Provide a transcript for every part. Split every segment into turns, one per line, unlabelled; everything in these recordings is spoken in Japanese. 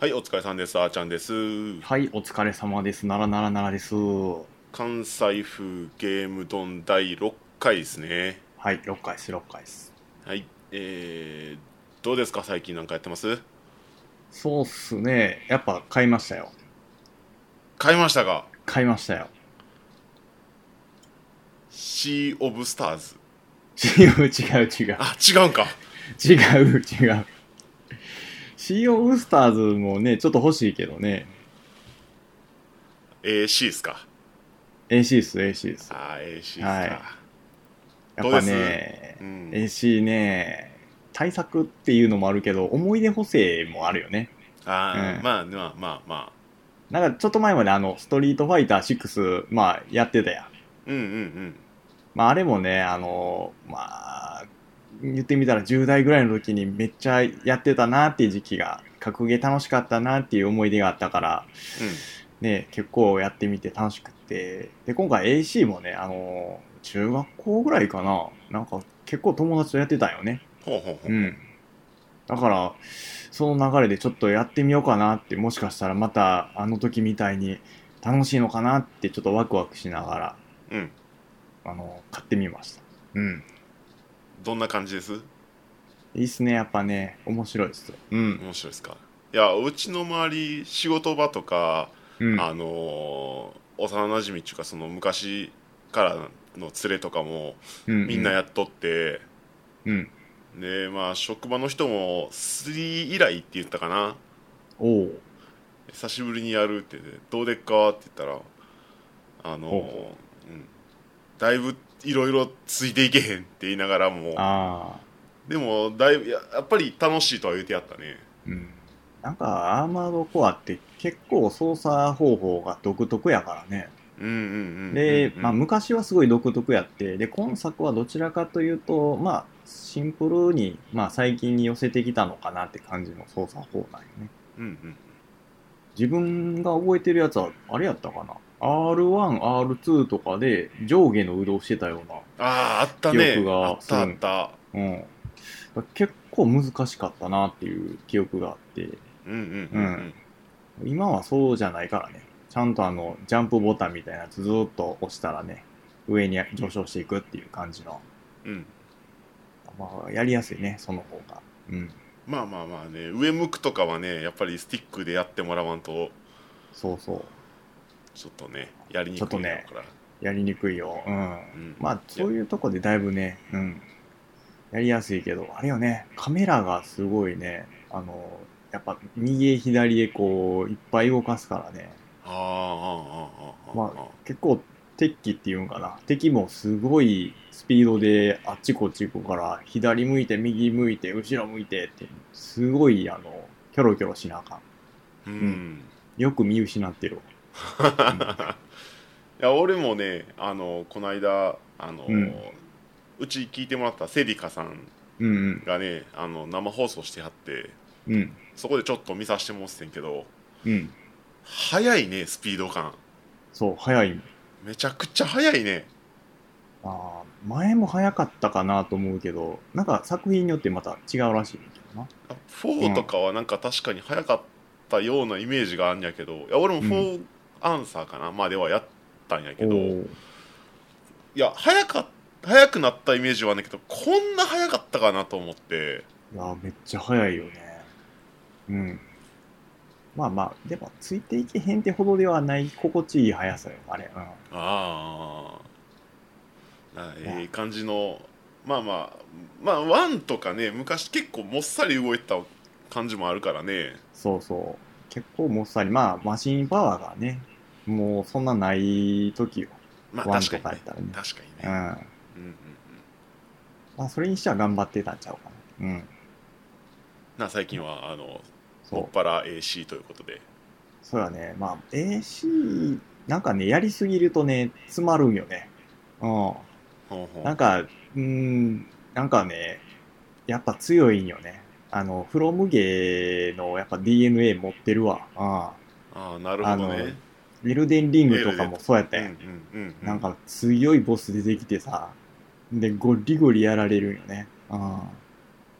はい、お疲れさんです。あーちゃんです。
はい、お疲れ様です。ならならならです。は
関西風ゲーム丼第6回ですね。
い、6回です、6回です。
はい、えー、どうですか、最近なんかやってます
そうっすね。やっぱ買いましたよ。
買いましたか
買いましたよ。
シー・オブ・スターズ。
違う、違う、違う。
あ、違うんか。
違う、違う。シーオブスターズもね、ちょっと欲しいけどね。
AC ですか。
AC っす、AC っす。
あー、AC ですか。
はいや
どう
っ
で
ぱ
す
ね、
うん
AC ね、対策っていうのもあるけど、思い出補正もあるよね。
あー、
うん
まあ、まあ、まあ、まあ。
なんかちょっと前まであの、ストリートファイター6、まあ、やってたやん。
うんうんうん。
まあ、あれもね、あの、まあ、言ってみたら10代ぐらいの時にめっちゃやってたなっていう時期が、格ゲー楽しかったなっていう思い出があったから、ね、結構やってみて楽しくって、で、今回 AC もね、あの、中学校ぐらいかな、なんか結構友達とやってたよね。
うん。ほうほうほう。
うん。だから、その流れでちょっとやってみようかなって、もしかしたらまたあの時みたいに楽しいのかなってちょっとワクワクしながら、
うん。
あの、買ってみました。うん。
どんな感じです
いいっすね、やっぱね、面白いっすよ。うん。
面白いですか。いや、うちの周り、仕事場とか、
うん。
あのー幼馴染っていうかその昔からの連れとかも
うん、
みんなやっとって、
うん。
でまあ職場の人も3以来って言ったかな
おう。
久しぶりにやるって言ってどうでっかって言ったらあのー
ほ
うん、だいぶいろいろついていけへんって言いながらも
ああ。
でもだいぶややっぱり楽しいとは言うてやったね
うん。なんか、アーマードコアって結構操作方法が独特やからね。
うんうんうんうん
で、まあ、
うん
昔はすごい独特やって、で、今作はどちらかというと、まあ、シンプルに、まあ、最近に寄せてきたのかなって感じの操作方なんよね。
うん
自分が覚えてるやつは、あれやったかな ?R1、R2 とかで上下の移動してたような
あああったね
記憶が
あったあった
うん、結構難しかったなっていう記憶があって
うんうんうんうん、
うん今はそうじゃないからねちゃんとあのジャンプボタンみたいなやつずっと押したらね上に上昇していくっていう感じの、
うん、
まあ、やりやすいねその方がうん
まあまあまあね上向くとかはねやっぱりスティックでやってもらわんと
そうそう
ちょっとねやりにくいだろうから、
やりにくいようん
うん
まあそういうとこでだいぶねうんやりやすいけどあれよねカメラがすごいねあのやっぱ右へ左へこういっぱい動かすからね
ああああああ
ま
ああ
結構敵っていうんかな敵もすごいスピードであっちこっち行くから左向いて右向いて後ろ向いてってすごいあのキョロキョロしなあか
う
ん
ん、
よく見失ってるわ
いや俺もねあのこの間あの、う
うん
ち聞いてもらったセリカさん
うん
がねあの生放送してはって
うんうん
そこでちょっと見させてもらってんけど
うん
速いねスピード感
そう早い
めちゃくちゃ速いね
あー前も早かったかなと思うけどなんか作品によってまた違うらしいんだけどな
4とかはなんか確かに早かったようなイメージがあるんやけど、いや俺も4アンサーかな、まあではやったんやけど、い
ー
や早か早くなったイメージはあるんだけどこんな早かったかなと思って
いやーめっちゃ早いよねうんまあまあでもついていけへんってほどではない心地いい速さよあれうん
ああなええ感じのまあまあまあ1とかね昔結構もっさり動いてた感じもあるからね
そうそう。結構もっさり。まあ、マシンパワーがね、もうそんなない時よ。
まあ
ワン
確か
と
に
かや
ね
ったらね。
確か
う
に
ん。
ね、
ま
うんうんうん、
あ、それにしては頑張ってたんちゃうかな。うん。
な最近はあの
そ
も
う
っ。ぱら AC ということで
そうやね。まあ、AC、なんかね、やりすぎるとね、詰まるんよね。う。
ほうほうん
なんか、うーん、なんかね、やっぱ強いんよね。あの、フロムゲーのやっぱ DNA 持ってるわ。あ
ああなるほどね
あ。エルデンリングとかもそうやった
うん
やん。
うんうん
なんか強いボス出てきてさ、で、ゴリゴリやられるんよね。うん。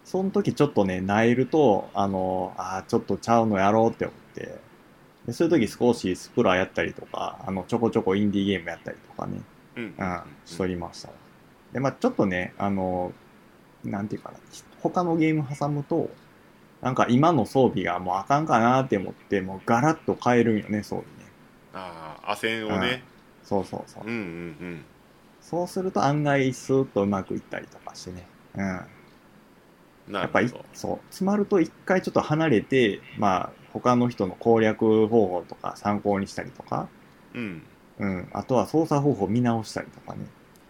その時ちょっとね、萎えると、あの、ああ、ちょっとちゃうのやろうって思って、でそういう時少しスプラやったりとか、あの、ちょこちょこインディーゲームやったりとかね、
うん
うん、しとりました。で、まあちょっとね、あの、なんていうかな、他のゲーム挟むと、なんか今の装備がもうあかんかなって思って、もうガラッと変えるんよね、装備ね。
ああ汗をね
そうそうそう
うん。うん
そうすると案外スーッとうまくいったりとかしてね。うん。や
うんな
っぱ
る
り
ほど、
そう、詰まると一回ちょっと離れて、まあ他の人の攻略方法とか参考にしたりとか、
うん
うん。あとは操作方法見直したりとかね。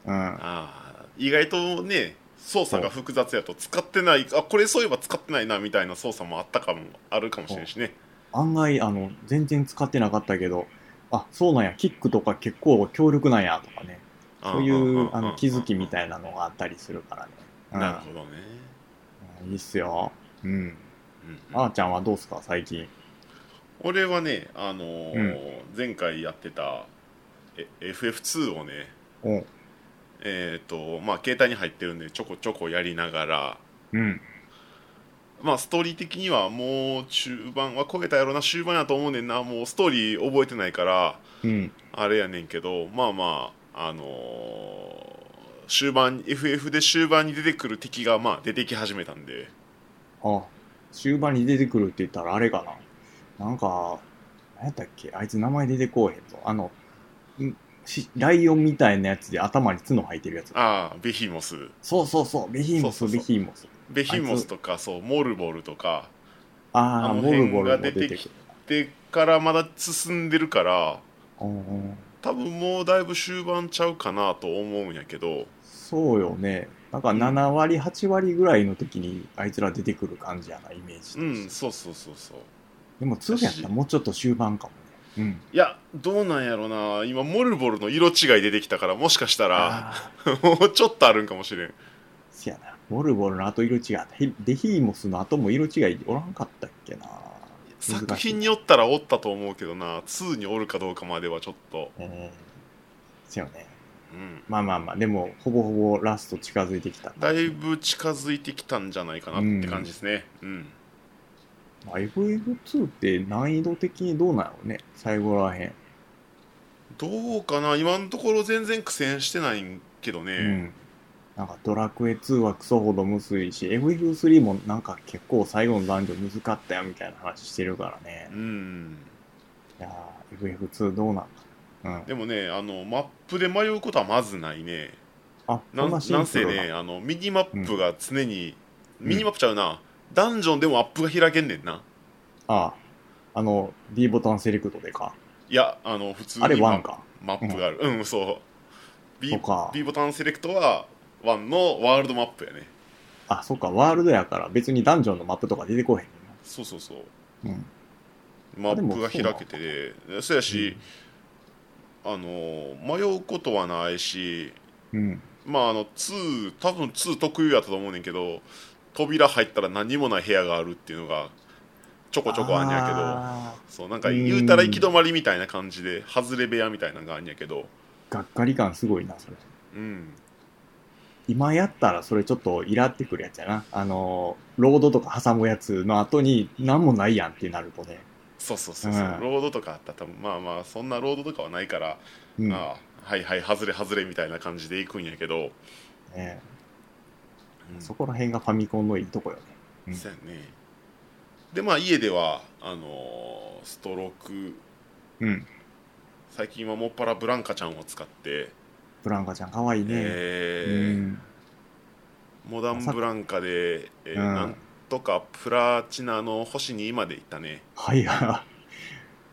うん。
ああ意外とね操作が複雑やと使ってないあこれそういえば使ってないなみたいな操作もあったかもあるかもしれんしね
案外あの全然使ってなかったけどあそうなんやキックとか結構強力なんやとかねそうい
んんんん
うんあの気づきみたいなのがあったりするからね、うん
なるほどね
いいっすようん
うん
あーちゃんはどうっすか最近
俺はねあのー前回やってたえ FF2 をね
お
えっ、とまあ携帯に入ってるんでちょこちょこやりながら
うん
まあストーリー的にはもう中盤は超えたやろな終盤やと思うねんなもうストーリー覚えてないから
うん
あれやねんけどまあまああのー終盤 FF で終盤に出てくる敵がまあ出てき始めたんで
あ終盤に出てくるって言ったらあれかななんか何やったっけあいつ名前出てこうへんぞあのんしライオンみたいなやつで頭に角生えてるやつ
ああベヒモス
そうそうそうベヒーモス
そうそうそう
ベヒーモス
ベヒモスとかそうモルボルとか
あ
あ
あ
の
ボル
辺
ボル
が
も
出
出
て
てくる
きてからまだ進んでるから
うんうん
多分もうだいぶ終盤ちゃうかなと思うんやけど
そうよね。なんか7割、8割ぐらいの時にあいつら出てくる感じやな、イメージとして。
うんそうそうそうそう
でも2やったらもうちょっと終盤かもね。うん。
いやどうなんやろな今モルボルの色違い出てきたからもしかしたら
ああ。
もうちょっとあるんかもしれん
せやな。ボルボルの後色違い。ヘデヒーモスの後も色違いおらんかったっけな。
作品によったらおったと思うけどな2におるかどうかまではちょっと、
えー、せよね。
うん、
まあまあまあ、でもほぼほぼラスト近づいてきた。
だいぶ近づいてきたんじゃないかなって感じですねうん、
まあ FF2 って難易度的にどうなのね。最後らへん。
どうかな今のところ全然苦戦してないんけどね、
うん、なんかドラクエ2はクソほどむずいし FF3 もなんか結構最後の男女むずかったよみたいな話してるからね
う、ん
いやー FF2 どうなんか、うん、
でもねあのマップで迷うことはまずないね
あ
なん
そ
なんせ
な
ねあのミニマップが常に、ミニマップちゃうなダンジョンでもアップが開けんねんな
あああの D ボタンセレクトでか
いやあの普通
あれ
にマ
ワ
ッ
ンか
マップがあるうん、そう B,
そうか
B ボタンセレクトは1のワールドマップやね
あそっかワールドやから別にダンジョンのマップとか出てこへんね
そうそうそうん
な、うん、
マ
あで
ッ
も
プが開けてでそやし、あの迷うことはないし
うん、
まああの2多分2特有やったと思うねんけど扉入ったら何もない部屋があるっていうのがちょこちょこあんねや
あ
けどそうなんか言うたら行き止まりみたいな感じで外れ部屋みたいなのがあんねやけど
ーがっかり感すごいなそれ
うん
今やったらそれちょっとイラってくるやつやな。あのー、ロードとか挟むやつの後に何もないやんってなるとね。
そうそうそうそう、
うん
ロードとかあったら多分まあまあそんなロードとかはないから、
うん。ね
まあはいはい外れ外れみたいな感じで行くんやけど、
え
うん
そこら辺がファミコンのいいとこよね。うん
そうやねでまあ家ではあのーストローク
うん。
最近はもっぱらブランカちゃんを使って、
ブランカちゃんかわいいね。
えー
うん。
モダンブランカで、えー
うん
なんとかプラチナの星にまで行ったね
はい は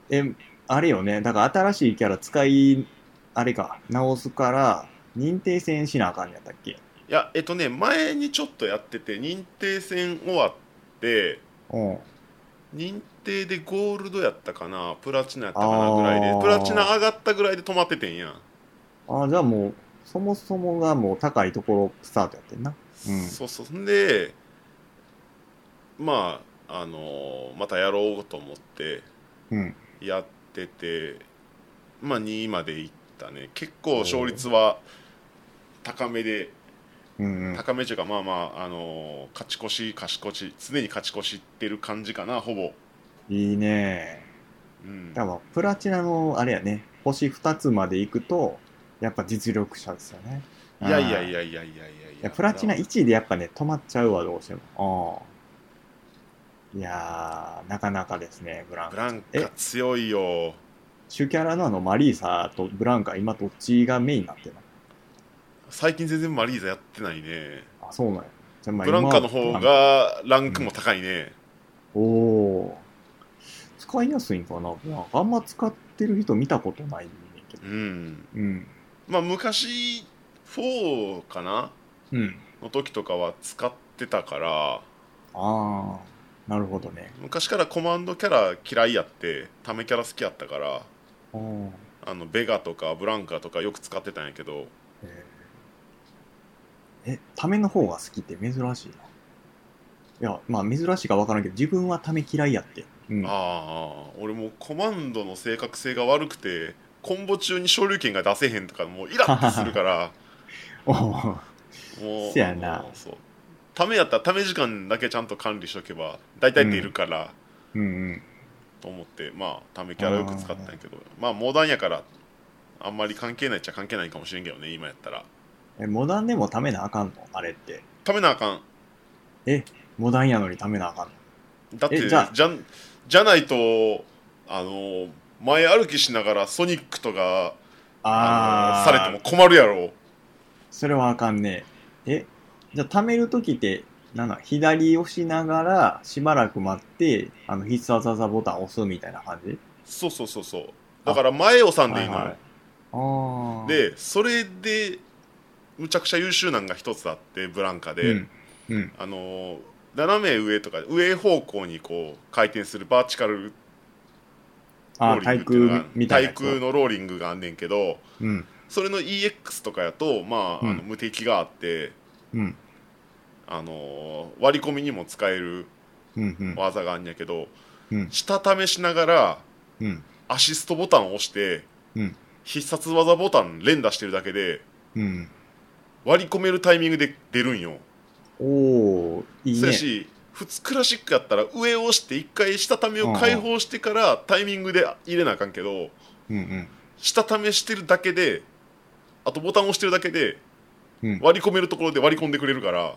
い。え、あれよね。だから新しいキャラ使い、あれか、直すから、認定戦しなあかんやったっけ
いやえっとね前にちょっとやってて認定戦終わって
うん。
認定でゴールドやったかなプラチナやったか
あ
な
ー
ぐらいでプラチナ上がったぐらいで止まっててんやん、
ああ、じゃあもう、そもそもがもう高いところスタートやってんな。うん
そうそうんでまああのーまたやろうと思って
うん。
やっててまあ2位までいったね結構勝率は高めで
うん
高めというかまあまあ、あのー勝ち越し勝ち越し常に勝ち越しってる感じかなほぼ、
うん、いいね
うん、
だからプラチナのあれやね星2つまで行くとやっぱ実力者ですよね
いやいやい
や
やいやいやいやい
いやプラチナ
い
1でやっぱね止まっちゃうわどうしてもうんいやーなかなかですねブラン
ブ
カ
ランカ強いよ
主キャラのあのマリーサとブランカ今どっちがメインになってるの
最近全然マリーザやってないね
あそうなんやじゃあまあ
ブランカの
今
方
はブランカ
がランクも高いね、
おおー使いやすいんかなブランカあんま使ってる人見たことないねんけど
うん
うん
まあ昔4かな
うん
の時とかは使ってたから
ああなるほどね
昔からコマンドキャラ嫌いやってためキャラ好きやったから
あー
あのベガとかブランカとかよく使ってたんやけど
えーえ、ための方が好きって珍しいな。いや、まあ珍しいか分からんけど、自分はため嫌いやって。うん。
ああ俺もうコマンドの正確性が悪くてコンボ中に昇竜拳が出せへんとかもうイラッとするから
おー
もう
せやな
あのそうためやったらため時間だけちゃんと管理しとけば大体出るから、
うんうん。
と思ってまあためキャラよく使ったんやけどまあモダンやからあんまり関係ないっちゃ関係ないかもしれんけどね今やったら
え、モダンでもためなあかんのあれって。
ためなあかん
モダンやのにためなあかんの
だって
え
じ
じゃ
ゃんじゃないとあの前歩きしながらソニックとか
あ
あ
あ、
のされても困るやろ
それはあかんね。え、じゃあためるときって、なんだ、左押しながら、しばらく待って、あの、必殺技ボタン押すみたいな感じ
そうそうそうそうだから前をさんでいいのよ、
はいはいああ。、
でそれでむちゃくちゃ優秀なんが一つあってブランカで、
うん。うん。
あのー斜め上とか上方向にこう回転するバーチカルロー
ああ、
リン
対
グっていうの
空
が
みたいな
対
やつ。
空のローリングがあんねんけど
うん。
それの EX とかやと、まあ、あの
う
無敵があって、
うん。
あのー割り込みにも使える
うん。うん。
技があんやけど、
うん
下試しながら
うん。
アシストボタンを押して、
うん
必殺技ボタン連打してるだけで
うん。
割り込めるタイミングで出るんよ。
おー、いい
そう
ね
や。し普通クラシックやったら上を押して一回下ためを解放してからタイミングで入れなあかんけど
うんうん。
下ためしてるだけであとボタン押してるだけで
うん
割り込めるところで割り込んでくれるから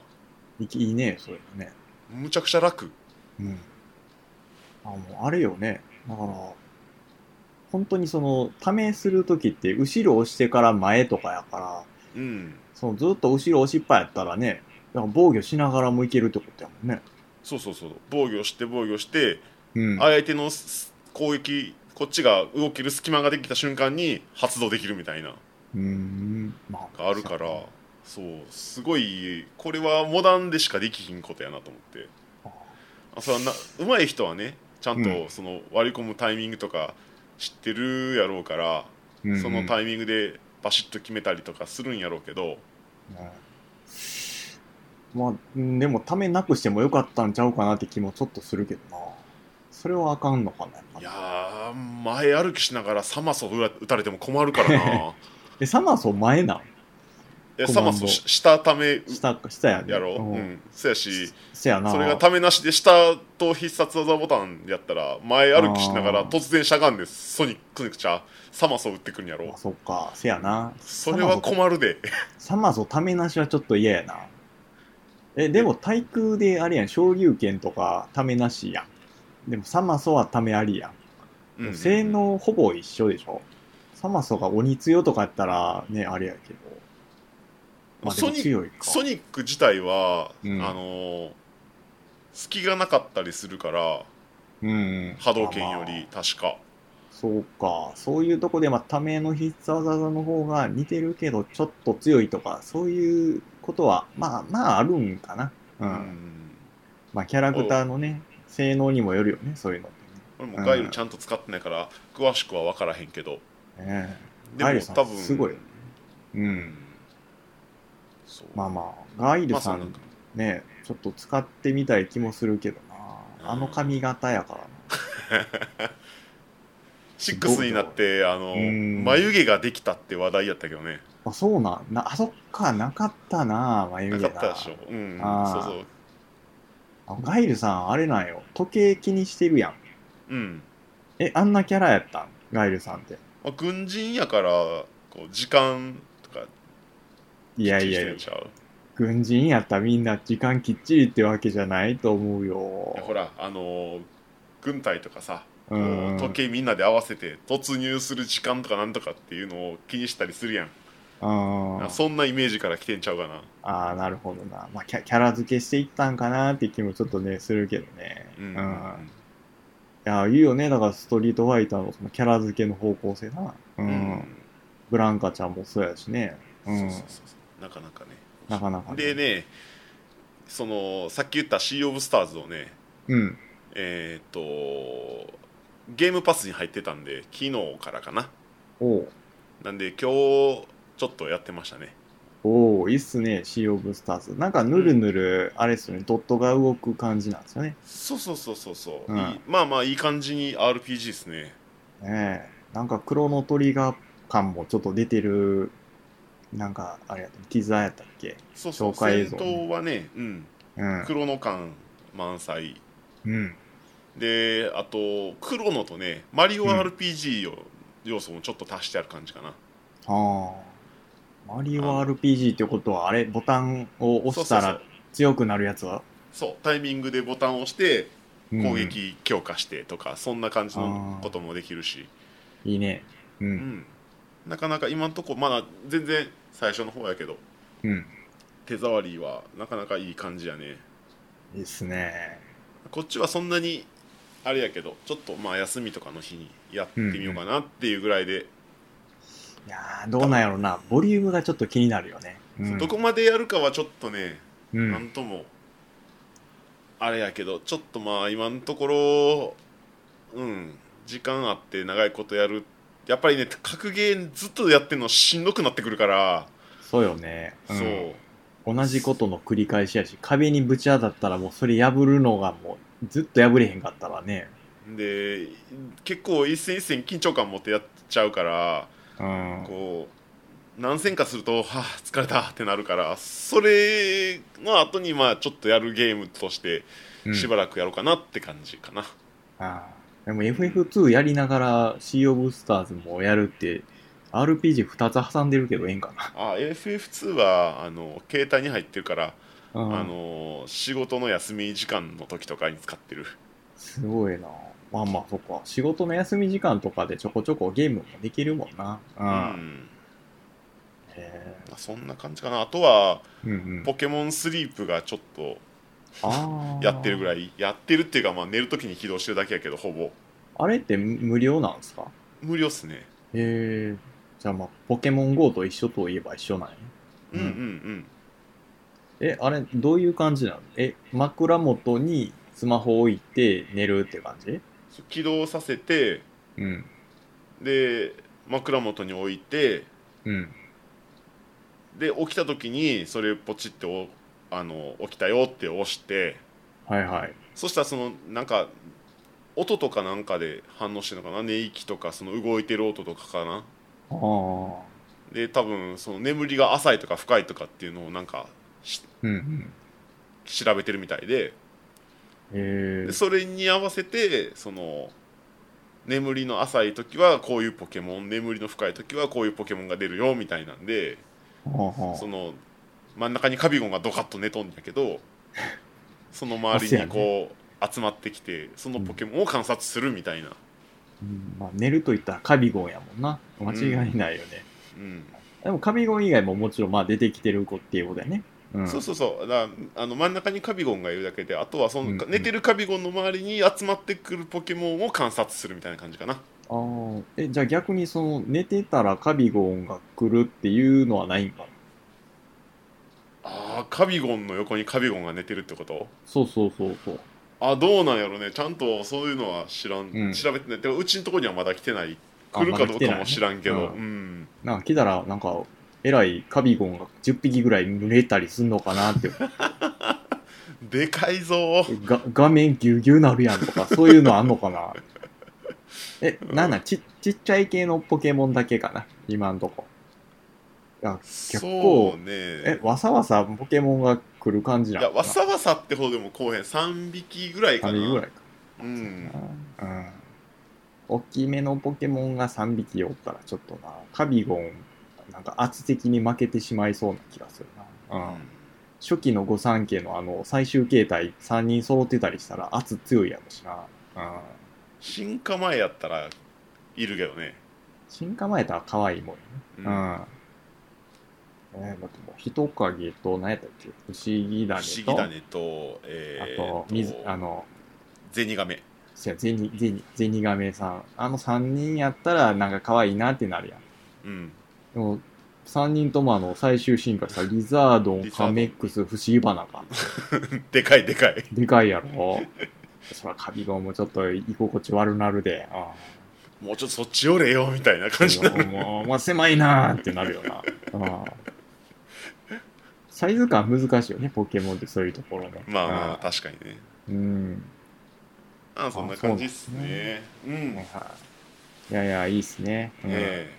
いいいね、それね。
むちゃくちゃ楽
うん。あ、もうあれよね。だから、本当にその、ためするときって、後ろ押してから前とかやか
う
ら、
ん
そのずっと後ろ押しっぱやったらね、だから防御しながらもいけるってことやもんね。
そうそうそう防御して防御して
うん。
相手のす攻撃こっちが動ける隙間ができた瞬間に発動できるみたいな
うーん。ま
があるからそうすごいこれはモダンでしかできひんことやなと思って
あ
あそれはな上手い人はねちゃん
う
とその割り込むタイミングとか知ってるやろうから、
うん
そのタイミングでバシッと決めたりとかするんやろうけど
うんまあ、うんでも、ためなくしてもよかったんちゃうかなって気もちょっとするけどな。それはあかんのかな、やっぱ
いやー前歩きしながらサマソ打たれても困るから な
え、サマーソン前なん
え
コ
サ
マンド
マソし下ため
下、下やで。
やろう
うん
んそやし
せやな。
それがためなしで下と必殺技ボタンやったら前歩きしながら
あー
突然しゃがんでソニックソニックちゃうサマソ打ってくるんやろ
あそっか、せやな。
それは困るで
サマゾためなしはちょっと嫌やな。え、でも、対空であれやん、昇竜拳とかためなしやん。でも、サマソはためありやん。
うんうん
性能ほぼ一緒でしょ。サマソが鬼強とかやったら、ね、あれやけど。まあ、で
ソ
も
ニッ
強いか。
ソニック自体は、
うん
あのー隙がなかったりするから
うん。
波動拳よ
まあま
り
あ
確か
そうか。そういうとこで、まあ、ための必殺技の方が似てるけど、ちょっと強いとか、そういうことは、まあ、まあ、あるんかな。う。
うんん
まあ、キャラクターのね、性能にもよるよね、そういうのって
俺もガイルちゃんと使ってないから詳しくは分からへんけど
ね。ね
で
ガイ
も
ルさん
多分
すごいよねえう。
うんんそう
まあまあ、ガイル
まあそ
さ
うなん
ん
か
ね、ちょっと使ってみたい気もするけど
うん
な。あの髪型やからな。
6になってあの
うん
眉毛ができたって話題やったけどね
あ、そうなんな、あ、そっか、なかったな、眉
な
毛
か
が。
ったでしょうん
あー
そうそう
あガイルさん、あれなんよ。時計気にしてるやん。
うん
え、あんなキャラやったんガイルさんって。
まあ、軍人やからこう時間とか
いやいやい
気
や
にし、てんちゃう
軍人やったらみんな時間きっちりってわけじゃないと思う
いや
よ。
ほらあのー軍隊とかさこ
うん
う時計みんなで合わせて突入する時間とかなんとかっていうのを気にしたりするやん
うん。
そんなイメージから来てんちゃうかな
ああ、なるほどな。まあキャ、キャラ付けしていったんかなって気もちょっとね、するけどね。
うん
いや、いいよね。だから、ストリートファイターのそのキャラ付けの方向性な。うん。ブランカちゃんもそうやしね。う
うんそ
ん
うそう。そうそうなかなかね
なかなか、
で。ねそのさっき言った「シー・オブ・スターズ」をね
うん。
えっ、とゲームパスに入ってたんで昨日からかな
おう
なんで今日ちょっとやってましたね
おおいいっすね。シー・オブ・スターズ。なんか、ぬるぬる、あれっすよね。ドットが動く感じなんですよね。
そうそうそうそうそう、
うん
いいまあまあいい感じに RPG ですね
ねえ。なんか、クロノトリガー感もちょっと出てる、なんか、あれやった、ティザーやったっけ
そうそう
紹介映
戦
像
闘はね、うん、
うん。
黒の感満載
うん。
であと黒のとねマリオ
うん
RPG を、要素もちょっと足してある感じかな
ああ。マリオ RPG ってことは、あれ、ボタンを押した
そう
ら強くなるやつは
そうそうそうタイミングでボタンを押して攻
うん
撃強化してとか、そんな感じのこともできるし、
いいね。う。
うんん、なかなか今のとこまだ全然最初の方やけど
うん。
手触りはなかなかいい感じやね
いいっすね。
こっちはそんなにあれやけどちょっとまあ休みとかの日にやってみようかなっていうぐらいで、
いやーどうなんやろな。ボリュームがちょっと気になるよね。うん。
どこまでやるかはちょっとね
うん
なんともあれやけどちょっとまあ今のところうん時間あって長いことやるやっぱりね格ゲーずっとやってるのしんどくなってくるから、
そうよね。ん
そう
同じことの繰り返しやし、壁にぶち当たったらもうそれ破るのがもうずっと破れへんかったらね。
で結構一戦一戦緊張感持ってやっちゃうから
うん。
こう何戦かすると「はあ疲れた」ってなるからそれの後にまあちょっとやるゲームとして
うん
しばらくやろうかなって感じかな、
ああ。でも FF2 やりながらシー・オブ・スターズもやるって、RPG2 つ挟んでるけどええんか
あ FF2 はあの携帯に入ってるから、
な。うん
あの仕事の休み時間の時とかに使ってる
すごいな。まあまあ、そっか。仕事の休み時間とかでちょこちょこゲームもできるもんな。う。
うんん
へ
まあそんな感じかなあとは
え。うんうん。
ポケモンスリープがちょっと
あ
やってるぐ
い。
らいやってるっていうか、まあ、寝る時に起動してるだけやけどほぼ
あれって無料なんですか
無料っすね
へえ。じゃあまあ、ポケモン GO と一緒といえば一緒なんやね。
うんうん
う
うんん
え、あれ、どういう感じなのえ、枕元にスマホ置いて寝るって感じ
そう起動させて
うん。
で枕元に置いて
うん。
で起きた時にそれポチっておあの起きたよって押して
はいはい。
そしたらそのなんか音とかなんかで反応してるのかな寝息とかその動いてる音とかかな
ああ。
で多分その眠りが浅いとか深いとかっていうのをなんかし
うんうん。
調べてるみたいで
へえ
で。それに合わせてその眠りの浅い時はこういうポケモン眠りの深い時はこういうポケモンが出るよみたいなんで
はあはあ
その真ん中にカビゴンがドカッと寝とんだけどその周りにこう集まってきてそのポケモンを観察するみたいな、
うんまあ、寝るといったらカビゴンやもんな。間違いないよね。
うん
でもカビゴン以外ももちろんまあ出てきてる子っていうことだよね。うん、
そうそうそうだからあの真ん中にカビゴンがいるだけであとはその、
うんうん
寝てるカビゴンの周りに集まってくるポケモンを観察するみたいな感じかな
あーえじゃあ逆にその寝てたらカビゴンが来るっていうのはないんかな
あーカビゴンの横にカビゴンが寝てるってこと
そうそうそうそう。
あどうなんやろねちゃんとそういうのは知らん、
うん
調べてないでもうちのとこにはまだ来てない
あ
来るかどうか
まだ
も
来て
知
ない
らんけど、
う
うんん、
なんか来たらなんかえらいカビゴンが10匹ぐらい群れたりすんの かなって
でかいぞ
が画面ぎゅうぎゅうなるやんとかそういうのあんのかなえなんなんちちっちゃい系のポケモンだけかな今んとこ。あ結
そ
構
うね
えわさわさポケモンが来る感じ
い
なの
やわさわさってほどでもこうへん3匹ぐらいかな
3匹ぐらいか
うん
なうん大きめのポケモンが3匹おったらちょっとなカビゴンなんか圧的に負けてしまいそうな気がするな、うん初期の御三家のあの最終形態3人揃ってたりしたら圧強いやろしな、うん、
進化前やったらいるけどね、
進化前やったら可愛いもんね
う
うん。えー、だってもう人影と、何やったっけ不思議
不
だね
思議
と、
だねと、えー
あと、水、あの、
ゼニガメ
じゃゼニ、ゼニ、ゼニガメさん。あの3人やったら、なんか可愛いなってなるやん。
うん
でも、3人ともあの、最終進化したリザードン、
リザードン
カメックス、不思議花が。
でかいでかい
でかいやろ。そら、カビゴンもちょっと居心地悪なるで。あ
もうちょっとそっち寄れよみたいな感じな
あもう、まあ、狭いなーってなるよな。ああサイズ感難しいよね、ポケモンってそういうところね。
まあまあ
あ
確かにね
うん。
あそんな感じっすねうん
はい
ね
はい。いやいや、いいっすね。うん
え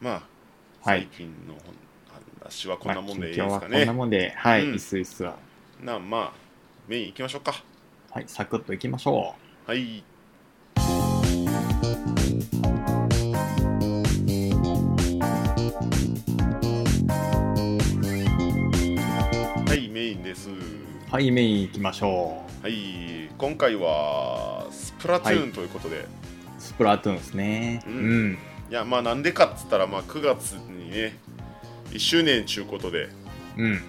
まあ
はい
最近の話はこんなもんでいい
まあ
ですか
近況はこんな
ね
もんで、はい、
うん
いっすいっすは。
なあまあメイン行きましょうか
はい、サクッといきましょ
はいはいメインです
う。はい、メインいきましょ
はい今回はスプラトゥーンということで、
う。スプラトゥーンですね。
う
うんん。
いやまあなんでかっつったらまあ9月にね1周年ちゅうことで、
うん。
まあ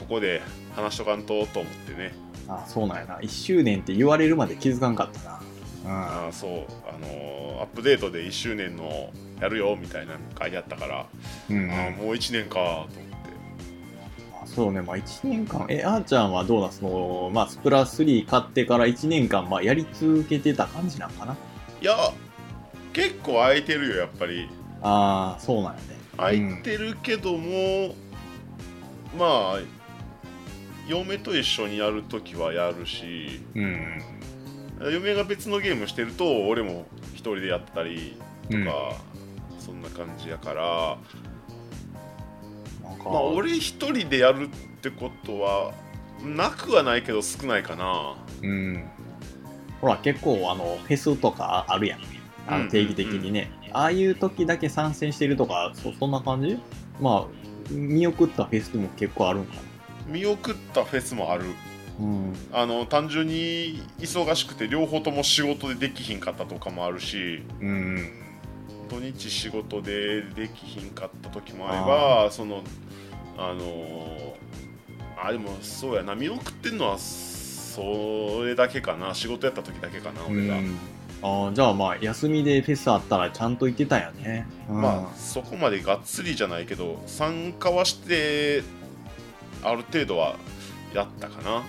ここで話しとかんとと思ってね
あ、そうなんやな。1周年って言われるまで気づかんかったな。
あーそうあのーアップデートで1周年のやるよみたいなの書いてあったから、
うん。うん、
あーもう1年かと思って
あそうね、まあ1年間、え、あーちゃんはどうなんその、まあ、スプラ3買ってから1年間、まあ、やり続けてた感じなんかな。
いや結構空いてるよやっぱり
ああ、そうなんやね。
空いてるけども、まあ嫁と一緒にやるときはやるし
うん。
嫁が別のゲームしてると俺も一人でやったり
うん。うん、
と
なんか、
か、そんな感じやから、まあ、俺一人でやるってことはなくはないけど少ないかな
うん、ほら結構あのフェスとかあるやんあ
うん
の定期的にね、ああいう時だけ参戦してるとかそそんな感じまあ見送ったフェスも結構あるんかな
見送ったフェスもある
うん
あの単純に忙しくて両方とも仕事でできひんかったとかもあるし
うん
土日仕事でできひんかった時もあればそのあのーあでもそうやな見送ってんのはそれだけかな仕事やった時だけかな俺が、
ああじゃあまあ休みでフェスあったらちゃんと行ってたんやね、うん、
まあそこまでがっつりじゃないけど参加はしてある程度はやったかな、
うん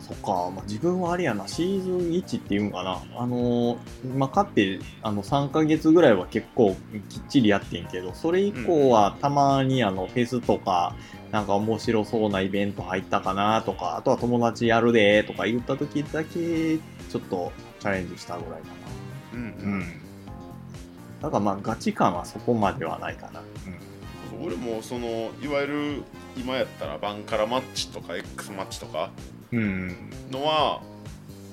そっか、まあ、自分はあれやな、シーズン1っていうんかな、あのー、まあ、勝って、あの、3ヶ月ぐらいは結構きっちりやってんけど、それ以降はたまにあの、フェスとか、なんか面白そうなイベント入ったかなとか、あとは友達やるでとか言った時だけ、ちょっとチャレンジしたぐらいか
うんうん
な。ん。だからまあ、ガチ感はそこまではないかな。
俺もそのいわゆる今やったらバンカラマッチとか X マッチとか
うん。うん。
のは、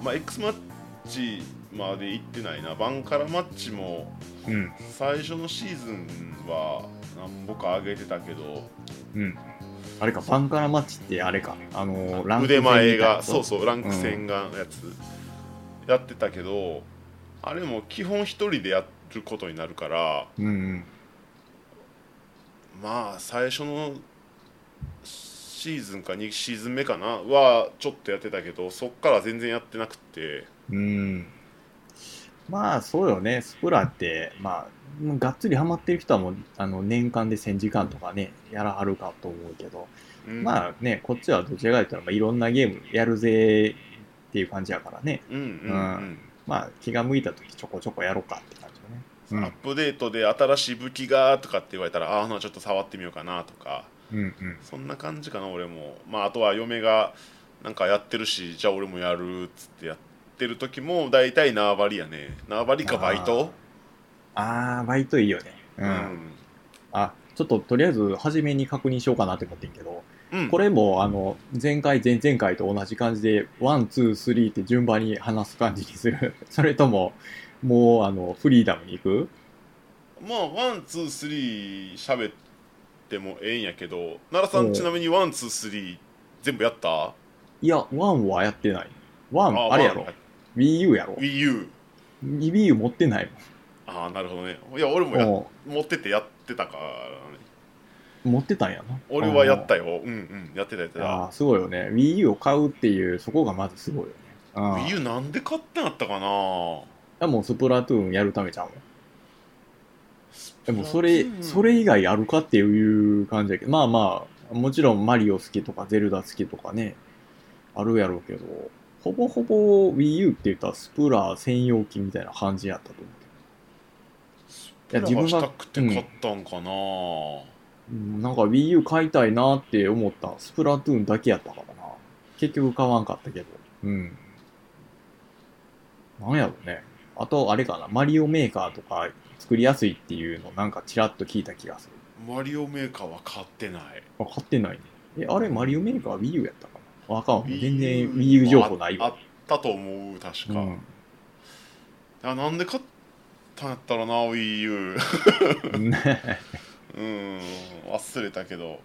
まあ、X マッチまで行ってないなバンカラマッチも
うん。
最初のシーズンは何ぼか上げてたけど
うん。あれか、バンカラマッチってあれか、あのー、ランク
腕前が
戦みたいな
そ
や
う
つ
そうランク戦がやつ、やってたけどあれも基本一人でやることになるから
うんうん。
まあ最初のシーズンか2シーズン目かなはちょっとやってたけどそっから全然やってなくて
うん。まあ、そうよね。スプラって、まあ、もうがっつりハマってる人はもう、あの、年間で1000時間とかね、やらはるかと思うけど、
うん
まあね、こっちはどちらかというと、まあ、いろんなゲームやるぜっていう感じやからね。
うんうんうん
まあ、気が向いた時ちょこちょこやろうかって感じよね。う
アッ
ん
プデートで新しい武器がとかって言われたらああほなちょっと触ってみようかなとか
うん
そんな感じかな俺もまああとは嫁がなんかやってるしじゃあ俺もやるっつってやってる時も大体縄張りやね縄張りかバイト
ああ、バイトいいよね。う。
うんん
あ、ちょっととりあえず、初めに確認しようかなって思ってんけど、
うん
これも、あの、前回、前々回と同じ感じで、ワン、ツー、スリーって順番に話す感じにする。 それとも、もう、あの、フリーダムに行く
まあワンツースリー喋ってもええんやけど奈良さ
おうん
ちなみにワンツースリー全部やった
いや、ワンはやってない。ワン、あ
ワン
れやろ。Wii U やろ。
Wii U
Wii U 持ってない
ああなるほどねいや俺も
もん
や
も
持っててやってたからね
う。持ってたんやな。
俺はやったようんうんやってたやって
うん。あ
た
あ、すごいよね。Wii U を買うっていう、そこがまずすごいよね。うん。
Wii U なんで買ってなったかな
あもうスプラトゥーンやるためちゃうもん。でもそれ
スプラ、トゥーン
それ以外あるかっていう感じやけど、まあまあ、もちろんマリオ好きとかゼルダ好きとかね、あるやろうけど、ほぼほぼ Wii U って言ったらスプラ専用機みたいな感じやったと思
いや自分がしたくて
うん
買ったんかな、
う。うんなんか Wii U 買いたいなって思ったスプラトゥーンだけやったからな。結局買わんかったけど。うん。なんやろうね。あと、あれかな、マリオメーカーとか作りやすいっていうのなんかちらっと聞いた気がする。
マリオメーカーは買ってない
あ、買ってないね。え、あれ、マリオメーカー Wii U やったかなあかんわ。
Wii
全然 Wii U 情報ない
ああ
わ
っ。たと思う確
う
か、
ん。
あなんで買ったんやったらな WiiU うん忘れたけど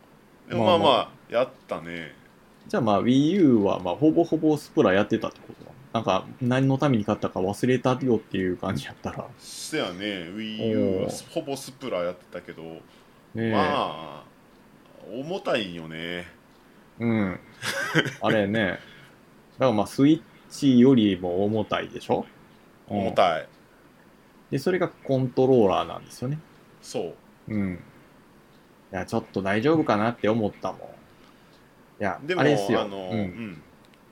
でもま
ま
あ
あ
ま
ま
あ
あ、
やったね
じゃあまあ Wii U はまあほぼほぼスプラやってたってことだ。なんか何のために買ったか忘れたよっていう感じやったら。
せやね WiiU
お
は
ー
ほぼスプラやってたけど、
ねえ。
まあ重たいんよね
うん。あれね。だからまあスイッチよりも重たいでしょ
重
い。
たい、
で、それがコントローラーなんですよね。
そう
うん。いや、ちょっと大丈夫かなって思ったもん。いや、
でも
あ
あ
れですよ。
の、
う
うんん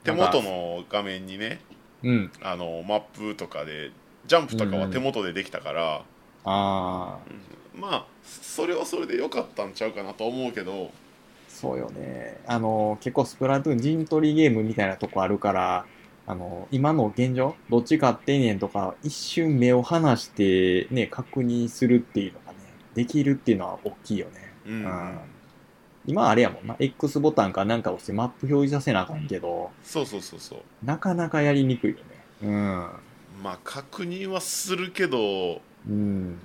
手元の画面にね
うん。
あのマップとかでジャンプとかは手元でできたから、
ああ、
まあそれはそれで良かったんちゃうかなと思うけど
そうよね。あの、結構スプラトゥーン陣取りゲームみたいなとこあるから、あの、今の現状、どっち勝ってんねんとか、一瞬目を離してね、確認するっていうのがね、できるっていうのは大きいよね。
うん、
うん今あれやもんな、X ボタンかなんか押してマップ表示させなあかんけど、
そうそうそうそう
なかなかやりにくいよね。うん。
まあ確認はするけど
うん。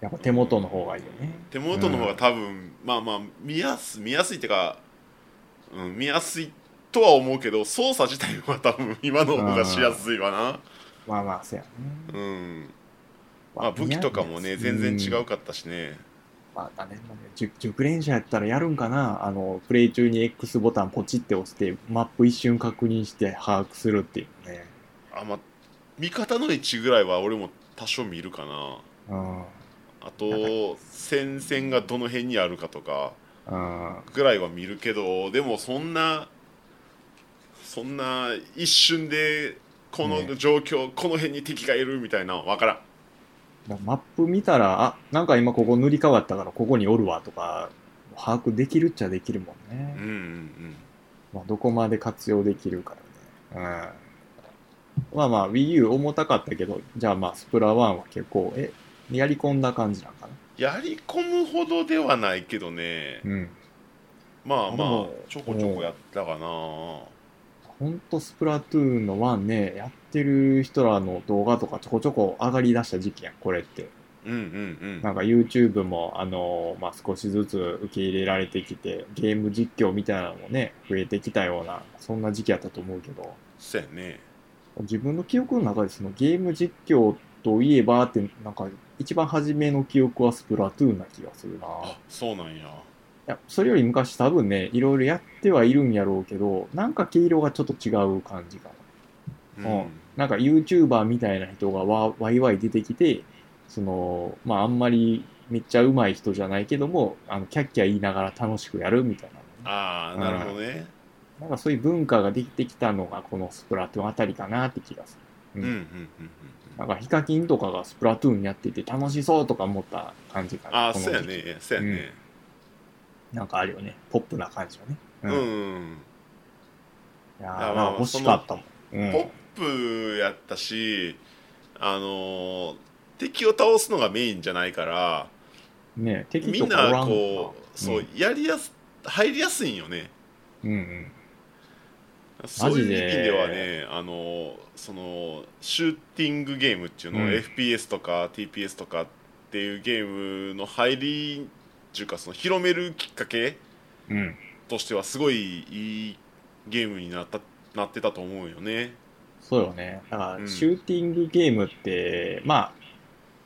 やっぱ手元の方がいいよね。
手元の方が多分、まあまあ見やす見やすいってか、うん、見やすいとは思うけど操作自体は多分今の方がしやすいわな
まあまあ、そうやね。
うんまあ武器とかもね全然違うかったしね
まあ、だね、まあね熟熟練者やったらやるんかなあの、プレイ中に X ボタンポチって押して、マップ一瞬確認して把握するっていうね。
あまあ味方の位置ぐらいは俺も多少見るかな
うん。
あ
な
と戦線がどの辺にあるかとか
うん。
ぐらいは見るけどでもそんなそんな一瞬でこの
ね
状況、この辺に敵がいるみたいなの分からん
だマップ見たら、あ、なんか今ここ塗り替わったからここにおるわとか、把握できるっちゃできるもん
うん
ね。
うんうん
まあ、どこまで活用できるからね。うん。まあまあ、Wii U 重たかったけど、じゃあまあ、スプラ1は結構、え、やり込んだ感じなんかな
やり込むほどではないけどね、
うん。
まあ
で
まあ
も
ちょこちょこやったかな、
ほんとスプラトゥーンの1ね、やってる人らの動画とかちょこちょこ上がり出した時期やん、これって。
うんうんう
なんか YouTube も、あのーまあ、少しずつ受け入れられてきて、ゲーム実況みたいなのもね、増えてきたような、そんな時期やったと思うけど、
そうやね
自分の記憶の中でそのゲーム実況といえばって、なんか一番初めの記憶はスプラトゥーンな気がするな。
あそうなんや
いや、それより昔多分ね、いろいろやってはいるんやろうけど、なんか毛色がちょっと違う感じかな。
う
うんなんか YouTuber みたいな人がわわいわい出てきて、その、まああんまりめっちゃ上手い人じゃないけども、あの、キャッキャ言いながら楽しくやるみたいな。
ああなるほどね
なんかそういう文化ができてきたのがこのスプラトゥーンあたりかなって気がす
う
うんん
うんうんうん
る。なんかヒカキンとかがスプラトゥーンやってて楽しそうとか思った感じかな。
ああ
この
そうや
時期。
ねそうやね
なんかあるよね。ポップな感じよね。
う、
うんいや
あまあ
ーなんか欲しかったもん。うん
ポップやったしあのー敵を倒すのがメインじゃないから
ね敵
み
と
ん
かお
な
らんの
こう
か
そう、やりやす入りやすいんよね
うんうん
そういう
マジ
意
で
味ではねあのそのシューティングゲームっていうのを、
うん
FPS とか TPS とかっていうゲームの入りっていうかその広めるきっかけ
うんうん
としてはすごいいいゲームになったなってたと思うよね。
そうよね。だか
う
ら、
ん
シューティングゲームって、まあ、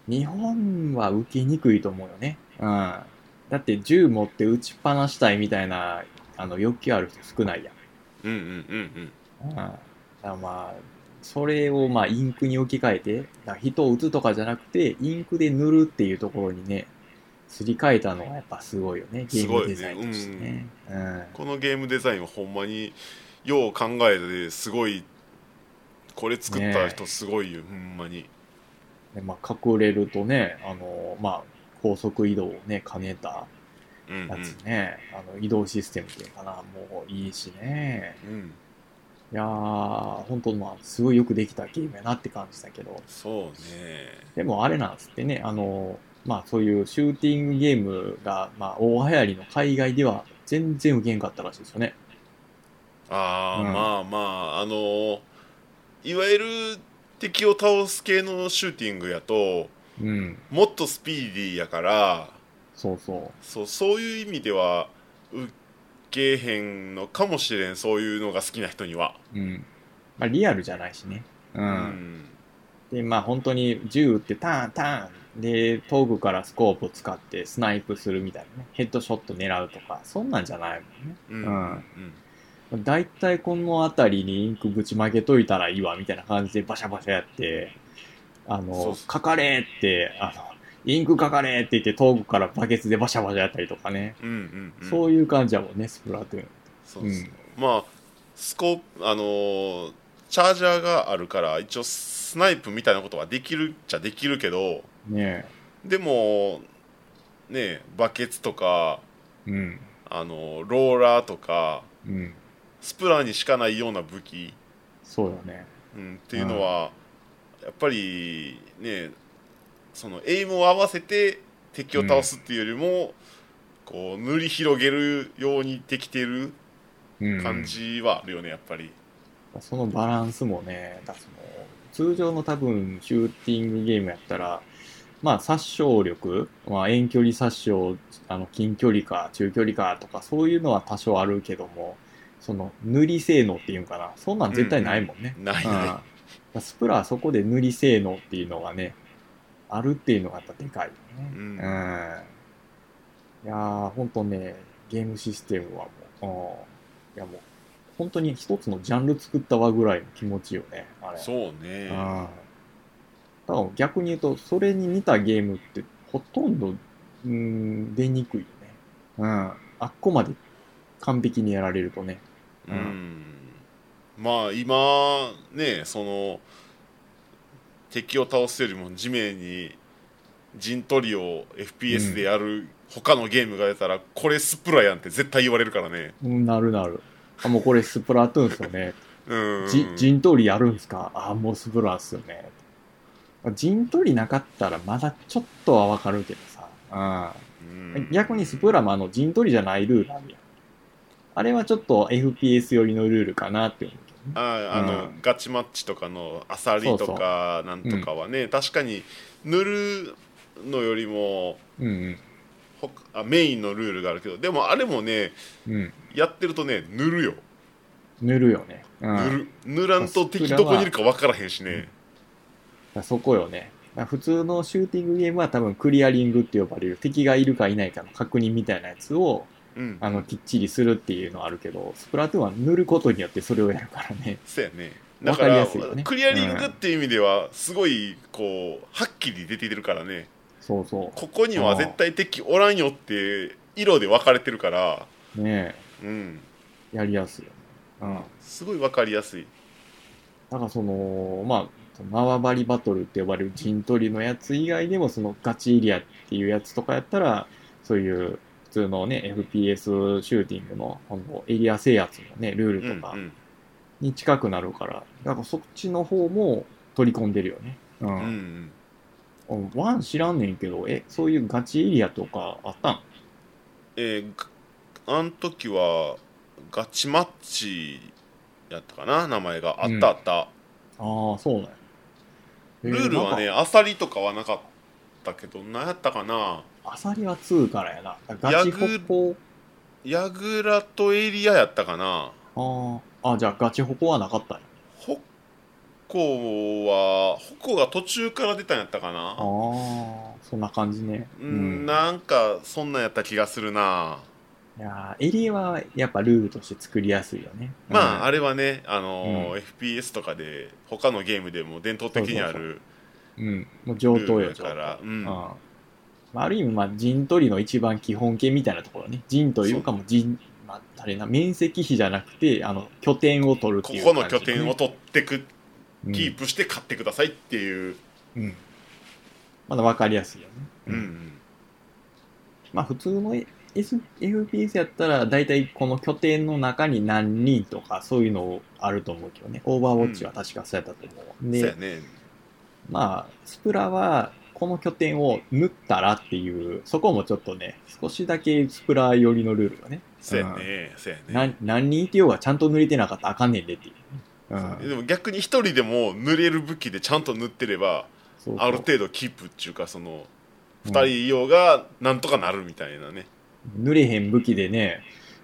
日本は受けにくいと思うよね。うん。だって、銃持って撃ちっぱなしたいみたいな、あの、欲求ある人少ないやん。
うんうんうん
うん。だからまあ、それをまあ、インクに置き換えて、だから人を撃つとかじゃなくて、インクで塗るっていうところにね、すり替えたのはやっぱすごいよね。ゲ
す
ー
ご
ム
いね
デザインとしてね。うん。
このゲームデザインはほんまによう考えてすごいこれ作った人すごいよ、ほんまに。
でまあ、隠れるとね、あの、まあ、高速移動をね、兼ねた、
うん
やつね、あの移動システムっていうのかな、もういいしね。
うん、うん、
いやー、本当まあ、すごいよくできたゲームやなって感じだけど、
そうね。
でもあれなんですってね、あの、まあそういうシューティングゲームが、まあ大流行りの海外では全然受けんかったらしいですよね。
ああ、
うん
まあまああのーいわゆる敵を倒す系のシューティングやと
うん、
もっとスピーディーやから
そうそう。
そうそういう意味では受けへんのかもしれんそういうのが好きな人には。
うん。まあリアルじゃないしね。う。
うん
で、まあ本当に銃撃ってターンターンで遠くからスコープを使ってスナイプするみたいなね、ヘッドショット狙うとか、そんなんじゃないもんね。
うん
うん
うん
だいたいこの辺りにインクぶちまけといたらいいわ、みたいな感じでバシャバシャやって、あ
そう
の、
そう
かかれって、あの、インクかかれって言って遠くからバケツでバシャバシャやったりとかね。
うんうん
そういう感じやもんね、スプラトゥーン。
そうですねまあスコープあのーチャージャーがあるから一応スナイプみたいなことはできるっちゃできるけど
ね
でもねバケツとか
え。うん。
あのーローラーとか
うん。
スプラにしかないような武器、
そうよね。
うん、っていうのは、やっぱりねそのエイムを合わせて敵を倒すっていうよりも、こう塗り広げるようにできてる
うん。
感。じはあるよねやっぱり。
そのバランスもね、だからその通常の多分シューティングゲームやったら、まあ殺傷力、まあ遠距離殺傷、あの近距離か中距離かとかそういうのは多少あるけども、その塗り性能っていうんかな、そんなん絶対ないもんね。
ない
うん
ない、
だからスプラはそこで塗り性能っていうのがね、あるっていうのがやっぱでかいよね。
うん
いやー、ほんとね、ゲームシステムはもう、うんいやもう、本当に一つのジャンル作ったわぐらいの気持ちよね、あれ。。
そううね
ん。だから逆に言うと、それに似たゲームってほとんど、うん、出にくいよね。うん。あっこまで完璧にやられるとね。
う、
うんん
まあ今ねその敵を倒すよりも地面に陣取りを FPS でやる他のゲームが出たら、これスプラやんって絶対言われるからね
うん、なるなる。あ、もうこれスプラトゥーンっすよね。
うん
じ陣取りやるんすかあもうスプラっすよね陣取りなかったらまだちょっとはわかるけどさ、
うん
うん、逆にスプラもあの陣取りじゃないルールあるやんあれはちょっと FPS 寄りのルールかなって思うけどね
ああの、
う
ガチマッチとかのアサリとかなんとかはね確かに塗るのよりも
うん
ほかあメインのルールがあるけどでもあれもね
うんうん
やってるとね塗るよ
塗るよね、うん、
塗る塗らんと敵
まあ
どこにいるか分からへんしね、
そこよねだから普通のシューティングゲームは多分クリアリングって呼ばれる敵がいるかいないかの確認みたいなやつを
うん、
あのきっちりするっていうのはあるけどスプラトゥーンは塗ることによってそれをやるからね
そうやねだ
わ
か
かり
ら
やすいよね
クリアリングっていう意味ではすごいこうはっきり出てるからね
そうそう
ここには絶対敵おらんよって色で分かれてるから、
ね
うん、
え、やりやすいよね。うん。
すごい分かりやすい、
だからその、まあ、縄張りバトルって呼ばれる陣取りのやつ以外でも、そのガチエリアっていうやつとかやったら、そういう普通のね、FPS シューティングの、あのエリア制圧のね、ル
う
ール
ん
とか
うん
に近くなるから、だからそっちの方も取り込んでるよね。う。
うんん
うんワン知らんねんけど、え、そういうガチエリアとかあったん
えー、あの時はガチマッチやったかな名前があったあった、
ああ、そうなんや。え
ルールはね、。アサリとかはなかったけど何やったかな
アサリは2からやな。ガチホ
ヤ
ッコ
ヤグラとエリアやったかな
ああ、あ、じゃあガチホコはなかったんや。
ホッコはホッコが途中から出たんやったかな
ああ、そんな感じね。
うん、なんかそんなんやった気がするない
やーエリアはやっぱルールとして作りやすいよね。
まあ、
あ、
あれはね、あのー
う
FPS とかで他のゲームでも伝統的にある
うん。もう
ル
上等
ー
よ、
ルだか
上
ら、
等
うん
うんまあ、ある意味、まあ、陣取りの一番基本形みたいなところね。陣というかもう陣、まあ、あれな、面積比じゃなくて、あの、拠点を取るって
こ
いう
こ
感じ、
の拠点を取ってく、
うん
キープして買ってくださいっていう、
うん。まだ分かりやすいよね。
うん
まあ、普通の S FPS やったら、大体この拠点の中に何人とか、そういうのあると思うけどね。オーバーウォッチは確かそうやったと思う。
そう
で
や、ね
まあ、スプラは、この拠点を縫ったらっていう、そこもちょっとね、少しだけスプラ寄りのルールがね。
そうやねそうやね
な何人いてようがちゃんと塗れてなかったらあかんねんでっていう。うん
でも逆に一人でも塗れる武器でちゃんと塗ってれば
そうそう
ある程度キープっていうかその
うん
二人用がなんとかなるみたいなね、
塗れへん武器でね、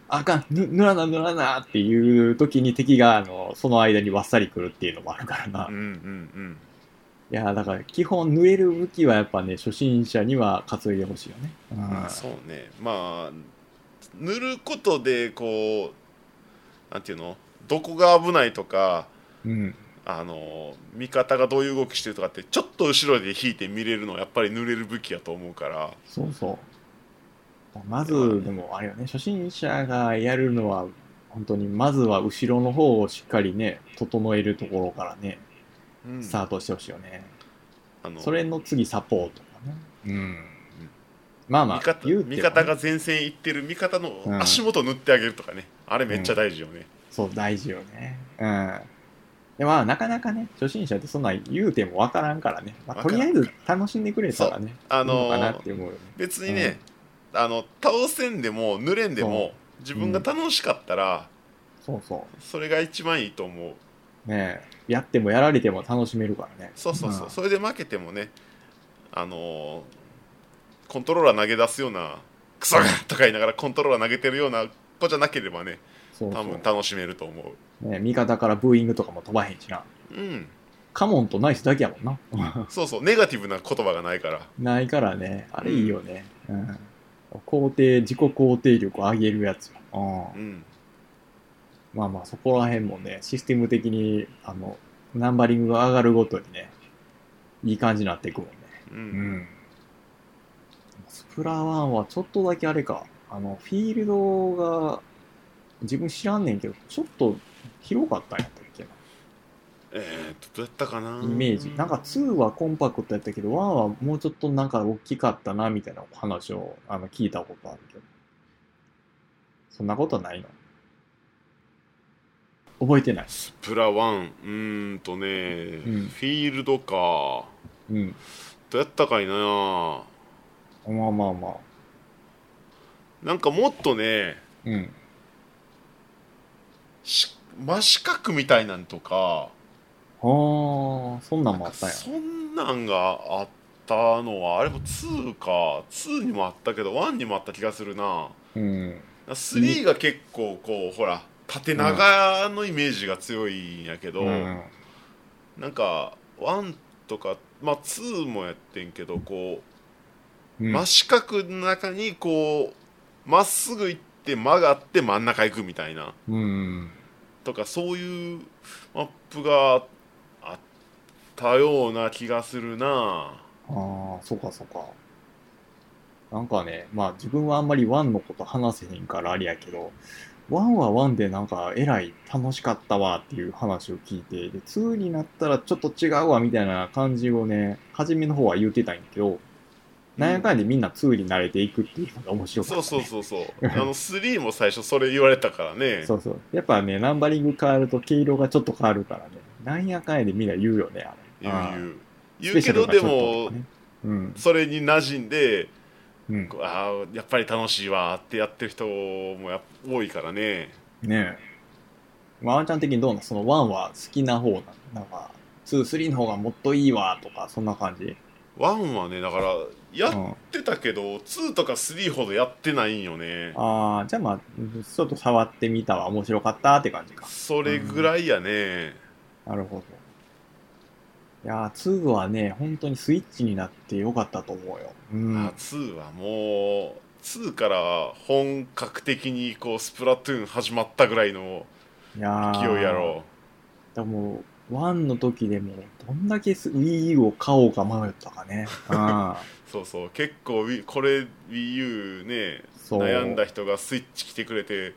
あかん、ぬ塗らな塗らなっていう時に敵があのその間にわっさり来るっていうのもあるからな。
うん、
い
うんうん
や、だから基本塗れる武器はやっぱね、初心者には担いでほしいよね。うん
そうねまあ塗ることでこうなんていうのどこが危ないとか
うん。
あの味方がどういう動きしてるとかってちょっと後ろで引いて見れるのはやっぱり塗れる武器やと思うから
そうそう。まず、でもあれよね、初心者がやるのは、本当にまずは後ろの方をしっかりね、整えるところからね、
うん
スタートしてほしいよね。
あの
それの次サポートかな。うん。まあまあ、
味方
言うてもね
味方が前線行ってる味方の
うん
足元塗ってあげるとかね、あれめっちゃ大事よね、
そう、大事よね。うん。でまあ、なかなかね、初心者ってそんな言うてもわからんからね。まあ、
わ
と
からん
りあえず楽しんでくれたらね、
あ
いいの
の
かなって思うよね。
別にね、あの倒せんでも塗れんでも自分が楽しかったら、
そうそ
それが一番いいと思う
う。ねえやってもやられても楽しめるからね。
そうそうそう、
うん
それで負けてもねあのーコントローラー投げ出すようなクソがとか言いながらコントローラー投げてるような子じゃなければね
そうそ
多
う。
分楽しめると思
ねえ味方からブーイングとかも飛ばへんしな。
ううん
カモンとナイスだけやもんな。
そうそうネガティブな言葉がないから
ないからね、あれいいよね。うん。肯定、自己肯定力を上げるやつよ。うん
うん
まあまあそこら辺もね、システム的に、あの、ナンバリングが上がるごとにね、いい感じになっていくもんね。
うん、
ん。スプラ1はちょっとだけあれか、あの、フィールドが、自分知らんねんけど、ちょっと広かったんやったっけな。
えー、っとどうやったかな
イメージ。なんか2はコンパクトやったけど、1はもうちょっとなんか大きかったな、みたいな話を、あの、聞いたことあるけど。そんなことないの覚えてない。
スプラ1うーんとね、
うん
フィールドか
うん。
どうやったかいな
まあまあまあ。
なんかもっとね
うん。
し真四角みたいなんとか
ああ、そんなんもあったんや。
そんなんがあったのはあれも2か2にもあったけど1にもあった気がするな
うん。
3が結構こうほら縦長のイメージが強いんやけど、
うん
なんか1とか、まあ、2もやってんけどこ
う
う、
ん
真四角の中にこうまっすぐ行って曲がって真ん中行くみたいな
うん。
とかそういうマップがあったような気がするな
ああ、そうかそうか。なんかね、まあ自分はあんまりワンのこと話せへんからありやけど、ワンはワンでなんかえらい楽しかったわっていう話を聞いて、で、ツーになったらちょっと違うわみたいな感じをね、初めの方は言ってたんやけど、なんやかんやでみんなツーに慣れていくっていうのが面白かった、
そう
ね。
そうそう そうあの3も最初それ言われたからね
そうそう。やっぱね、ナンバリング変わると毛色がちょっと変わるからね。なんやかんやでみんな言うよね、あれ。
言う言う
あー
言うけど
スペシ
で
ャルがちょっとと
も
かねうん。
それに馴染んで
うん。
あーやっぱり楽しいわってやってる人もやっ多いからね
ねえ。まあ、あんちゃん的にどうなのその1は好きな方なのなんか、2、3の方がもっといいわとか、そんな感じ。
ワンはねだからや
う
っ
ん、あ
てたけど2とか3ほどやってないんよね
あー、じゃあまあ、ちょっと触ってみたわ、面白かったって感じか。
それぐらいやね
なるほど。いやー、2はね、本当にスイッチになってよかったと思うよ。うん
あ。2はもう2から本格的にこうスプラトゥーン始まったぐらいの
いやー
勢いやろ
でも、1の時でも、どんだけす Wii U を買おうか迷ったかね。ああ、
そうそう結構 Wii- これ WiiU ね
そう。
悩んだ人がスイッチ来てくれて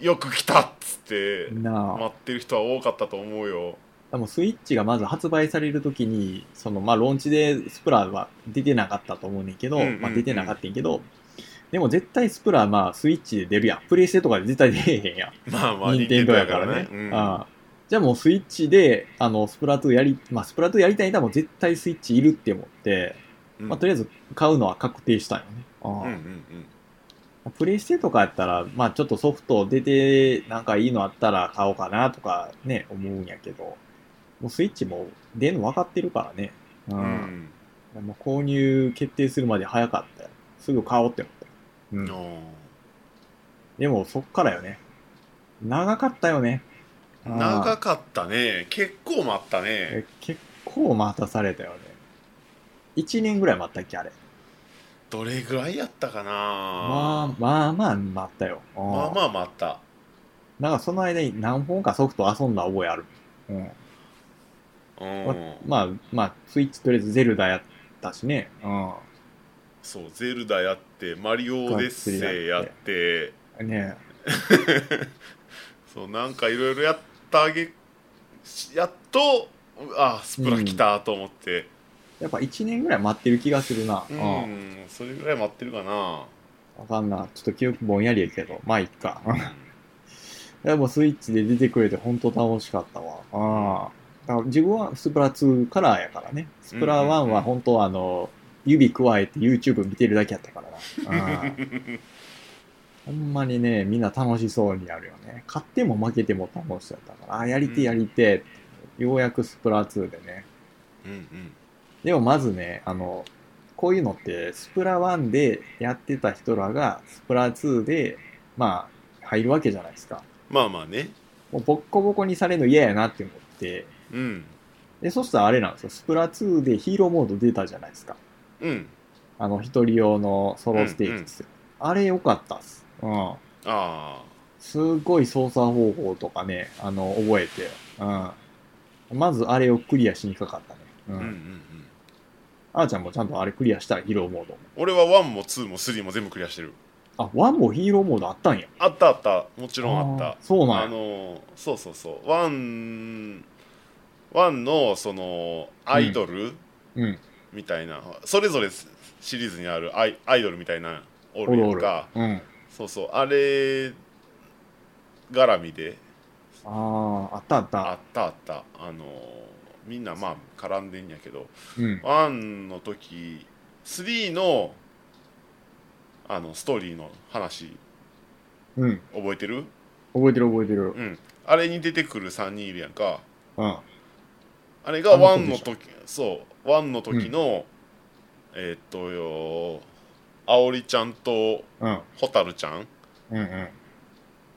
よく来たっつって
なあ。
待ってる人は多かったと思うよ
でもスイッチがまず発売されるときに、そのまあローンチでスプラは出てなかったと思うねんけど、
うんうんうん
まあ出てなかったんやけど、でも絶対スプラまあスイッチで出るやん。プレイステとかで絶対出えへんやん。
まあまあ
任天堂やから
任
ね。
天堂やからね
ああじゃあもうスイッチで、あの、スプラトゥーンやり、まあスプラトゥーンやりたいんだもう絶対スイッチいるって思って、
うんうん
まあとりあえず買うのは確定したんよね。ああ
うんうん
プレイステとかやったら、まあちょっとソフト出て、なんかいいのあったら買おうかなとかね、思うんやけど、もうスイッチも出るの分かってるからね。う。
うんうんん
もう購入決定するまで早かったよ。すぐ買おうって思った。
う
う
んん。
でもそっからよね。長かったよね。あー
長かったね結構待ったね
え結構待たされたよね。1年ぐらい待ったっけ、あれ。
どれぐらいやったかな
まあまあまあ待ったよ。うん
まあまあ待った
なんかその間に何本かソフト遊んだ覚えある。うん。
うん、
まあ、まあ、スイッチとりあえずゼルダやったしね。う
そうゼルダやってマリオオデッセイやって
ん。ね
そうなんかいろいろやったあげやっとうあスプラ来たと思って
やっぱ1年ぐらい待ってる気がするな。
うん、
うん。
それぐらい待ってるかな
わかんな。ちょっと記憶ぼんやりやけど。まあ、いっか。でもスイッチで出てくれて本当楽しかったわ。ああ。だから自分はスプラ2からやからね。スプラ1は本当あの、指加えて YouTube 見てるだけやったからな。うんほんまにね、みんな楽しそうにやるよね。勝っても負けても楽しそうやったから、ああ、やりてえやりてえ、ようやくスプラ2でね。
うんうん
でもまずね、あの、こういうのって、スプラ1でやってた人らが、スプラ2で、まあ、入るわけじゃないですか。
まあまあね
もうボッコボコにされるの嫌やなって思って、
うん
で、そしたらあれなんですよ、スプラ2でヒーローモード出たじゃないですか。
うん
あの、一人用のソロステージですよ。あれ良かったっす。うん。
ああ
すごい操作方法とかね、あの、覚えて、うん。まずあれをクリアしにかかったね。うん。
うんうんうん
あーちゃんもちゃんとあれクリアしたらヒーローモード。
俺は1も2も3も全部クリアしてる
あ、1もヒーローモードあったんや。
あったあったもちろんあった
ーそう
あ
なんや。
のそうそうそうワンワンのそのアイドル
うん。
みたいな、それぞれシリーズにあるアイアイドルみたいなお
お
る
る
や
お
ん
る
か。
うん。
そうそうあれ絡みで
ああ、あったあっ
あ
た。
ったあったあのみんなまあ絡んでんやけど
うん。
ワンの時3のあのストーリーの話
うん。
覚えてる
覚えてる覚えてる。
うんあれに出てくる3人いるやんか
うん。
あれがワンの
あの
時そうワンの時の、えーっとよあおりちゃんと
うん。
ほたるちゃん
うんうん。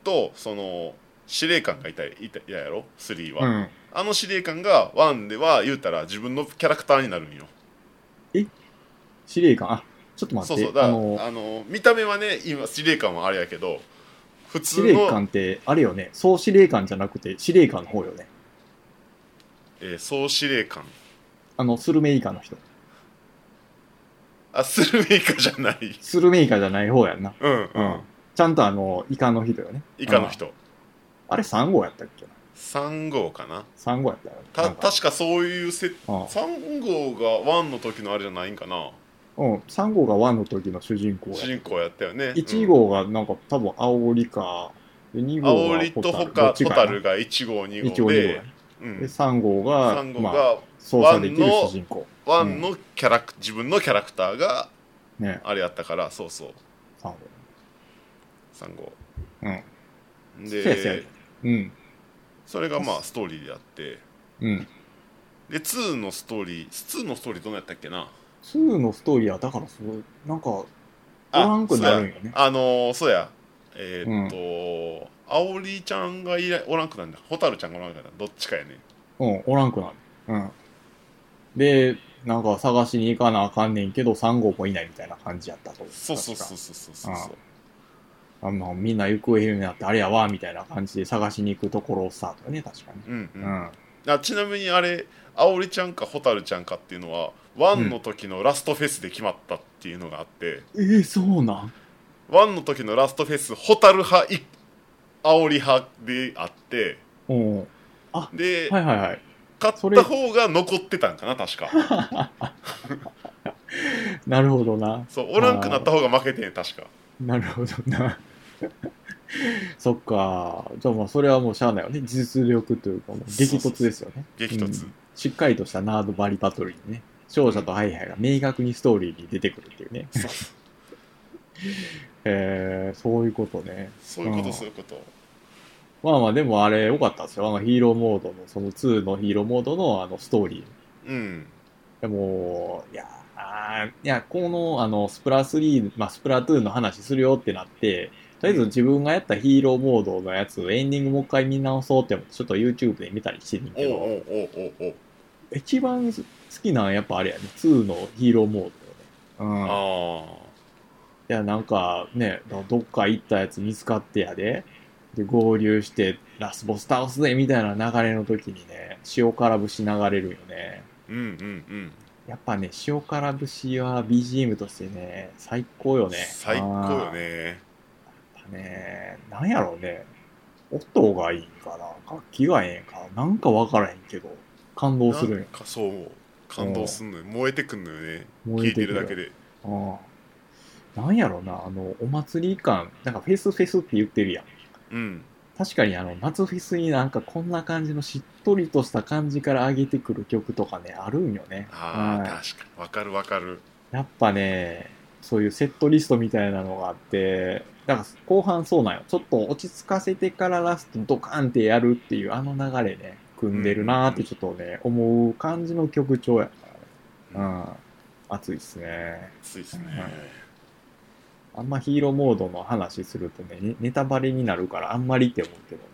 とその司令官がいたいたいたやろ3は、
うん。
あの司令官がワンでは言うたら自分のキャラクターになるんよ
司令官、あ、ちょっと待
そ
っ
う
て。
そうだか
あ
らあ
の
の、見た目はね今司令官はあれやけど普
司
通
令
の、
官って、あれよね、総司令官じゃなくて、司令官の方よね。
えー総司令官
あの、スルメイカの人。
あスルメイカじゃない
スルメイカじゃない方やんな。
うんうん。
ちゃんとあの、イカの人よね。
以下の人
あ。あれ3号やったっけな
3号かな
?3 号やったよね。
た
なん
確かそういう設
うん
3号が1の時のあれじゃないんかな
うん、3号が1の時の主人公
主
や。
人公やったよね
1
うん
号がなんか多分青リか、で2
あ
号
お
が
りと
ホタ
ほ
ル
か
どっち
ホ
かや
タ
な
ルが1号2号
1号2号
で
やね
うん
で、3号が、
3号
まあ、
が
操作できる
ワンの
主人公。
ワンのキャラク、自分のキャラクターが
ね、
あれやったからそうそう
3号。
3号
うん。そうやそうや
で
うん。
それがまあストーリーであって
うん。
で2のストーリー2のストーリーどんなやったっけな
2のストーリーは、だからそう、なんか、お
あ
らんくなるんよね。
あのー、そうやえーっと、あおりちゃんがいらおらんくなんだホタルちゃんがおらんくなんだどっちかやね
うん、おらんくなる。うん。で、なんか探しに行かなあかんねんけど、3号もいないみたいな感じやったと。
そうそうそう
確
そうそうそうそう
か。あのみんな行方不明になって、あれやわ、みたいな感じで探しに行くところをスタートね、確かに。
うんう、
うんん。
あちなみにあれあおりちゃんかホタルちゃんかっていうのはワンの時のラストフェスで決まったっていうのがあって、
えー、そうなん
ワンの時のラストフェスホタル派いあおり派であって
うん。は
で、
いはいはい。
勝った方が残ってたんかな確か
なるほどな。
そうおらんくなった方が負けてん確か
なるほどな。そっか。じゃあまあ、それはもうしゃあないよね。実力というか、もう激突ですよね。
激突、
うんしっかりとしたナードバリバトルにね、勝者とハイハイが明確にストーリーに出てくるっていうね。
そう
えー、そういうことね。
そういうこ
う
と
ん
そういうこと
まあまあ、でもあれ良かったですよ。あのヒーローモードの、その2のヒーローモードのあのストーリー。
うん
でも、いやー、いや、この、あの、スプラ3、まあ、スプラ2の話するよってなって、とりあえず自分がやったヒーローモードのやつ、エンディングもう一回見直そうって思って、ちょっと YouTube で見たりしてる
お
け
うおう
ど、
おうおうおう
一番好きなのはやっぱあれやね、2のヒーローモードよね。う
あ
ん。いや、なんかね、どっか行ったやつ見つかってやで、で、合流して、ラスボス倒すぜみたいな流れの時にね、塩辛節流れるよね。
あうんうんうん
やっぱね、塩辛節は BGM としてね、最高よね。
最高よね
あー。やっぱね、なんやろうね。音がいいんかな楽器がええんかななんかわからへんけど、感動するん
な
よ
ん。かそう感動すんのよ燃えてくんのよね
燃
聞
え
いてる
く
だけ。で
うん。なんやろうな、あの、お祭り感、なんかフェスフェスって言ってるやん。
うん
確かにあの、夏フェスになんかこんな感じのしっとりとした感じから上げてくる曲とかね、あるんよね。
あ
うん
あ確かにわかるわかる
やっぱね、そういうセットリストみたいなのがあって、だから後半そうなんよ。ちょっと落ち着かせてからラストドカンってやるっていうあの流れね、組んでるなーってちょっとね、思う感じの曲調やからね。うん。熱いっすね。
熱いっす
は
ね
いあんまヒーローモードの話するとね、ネネタバレになるからあんまりって思うけどね。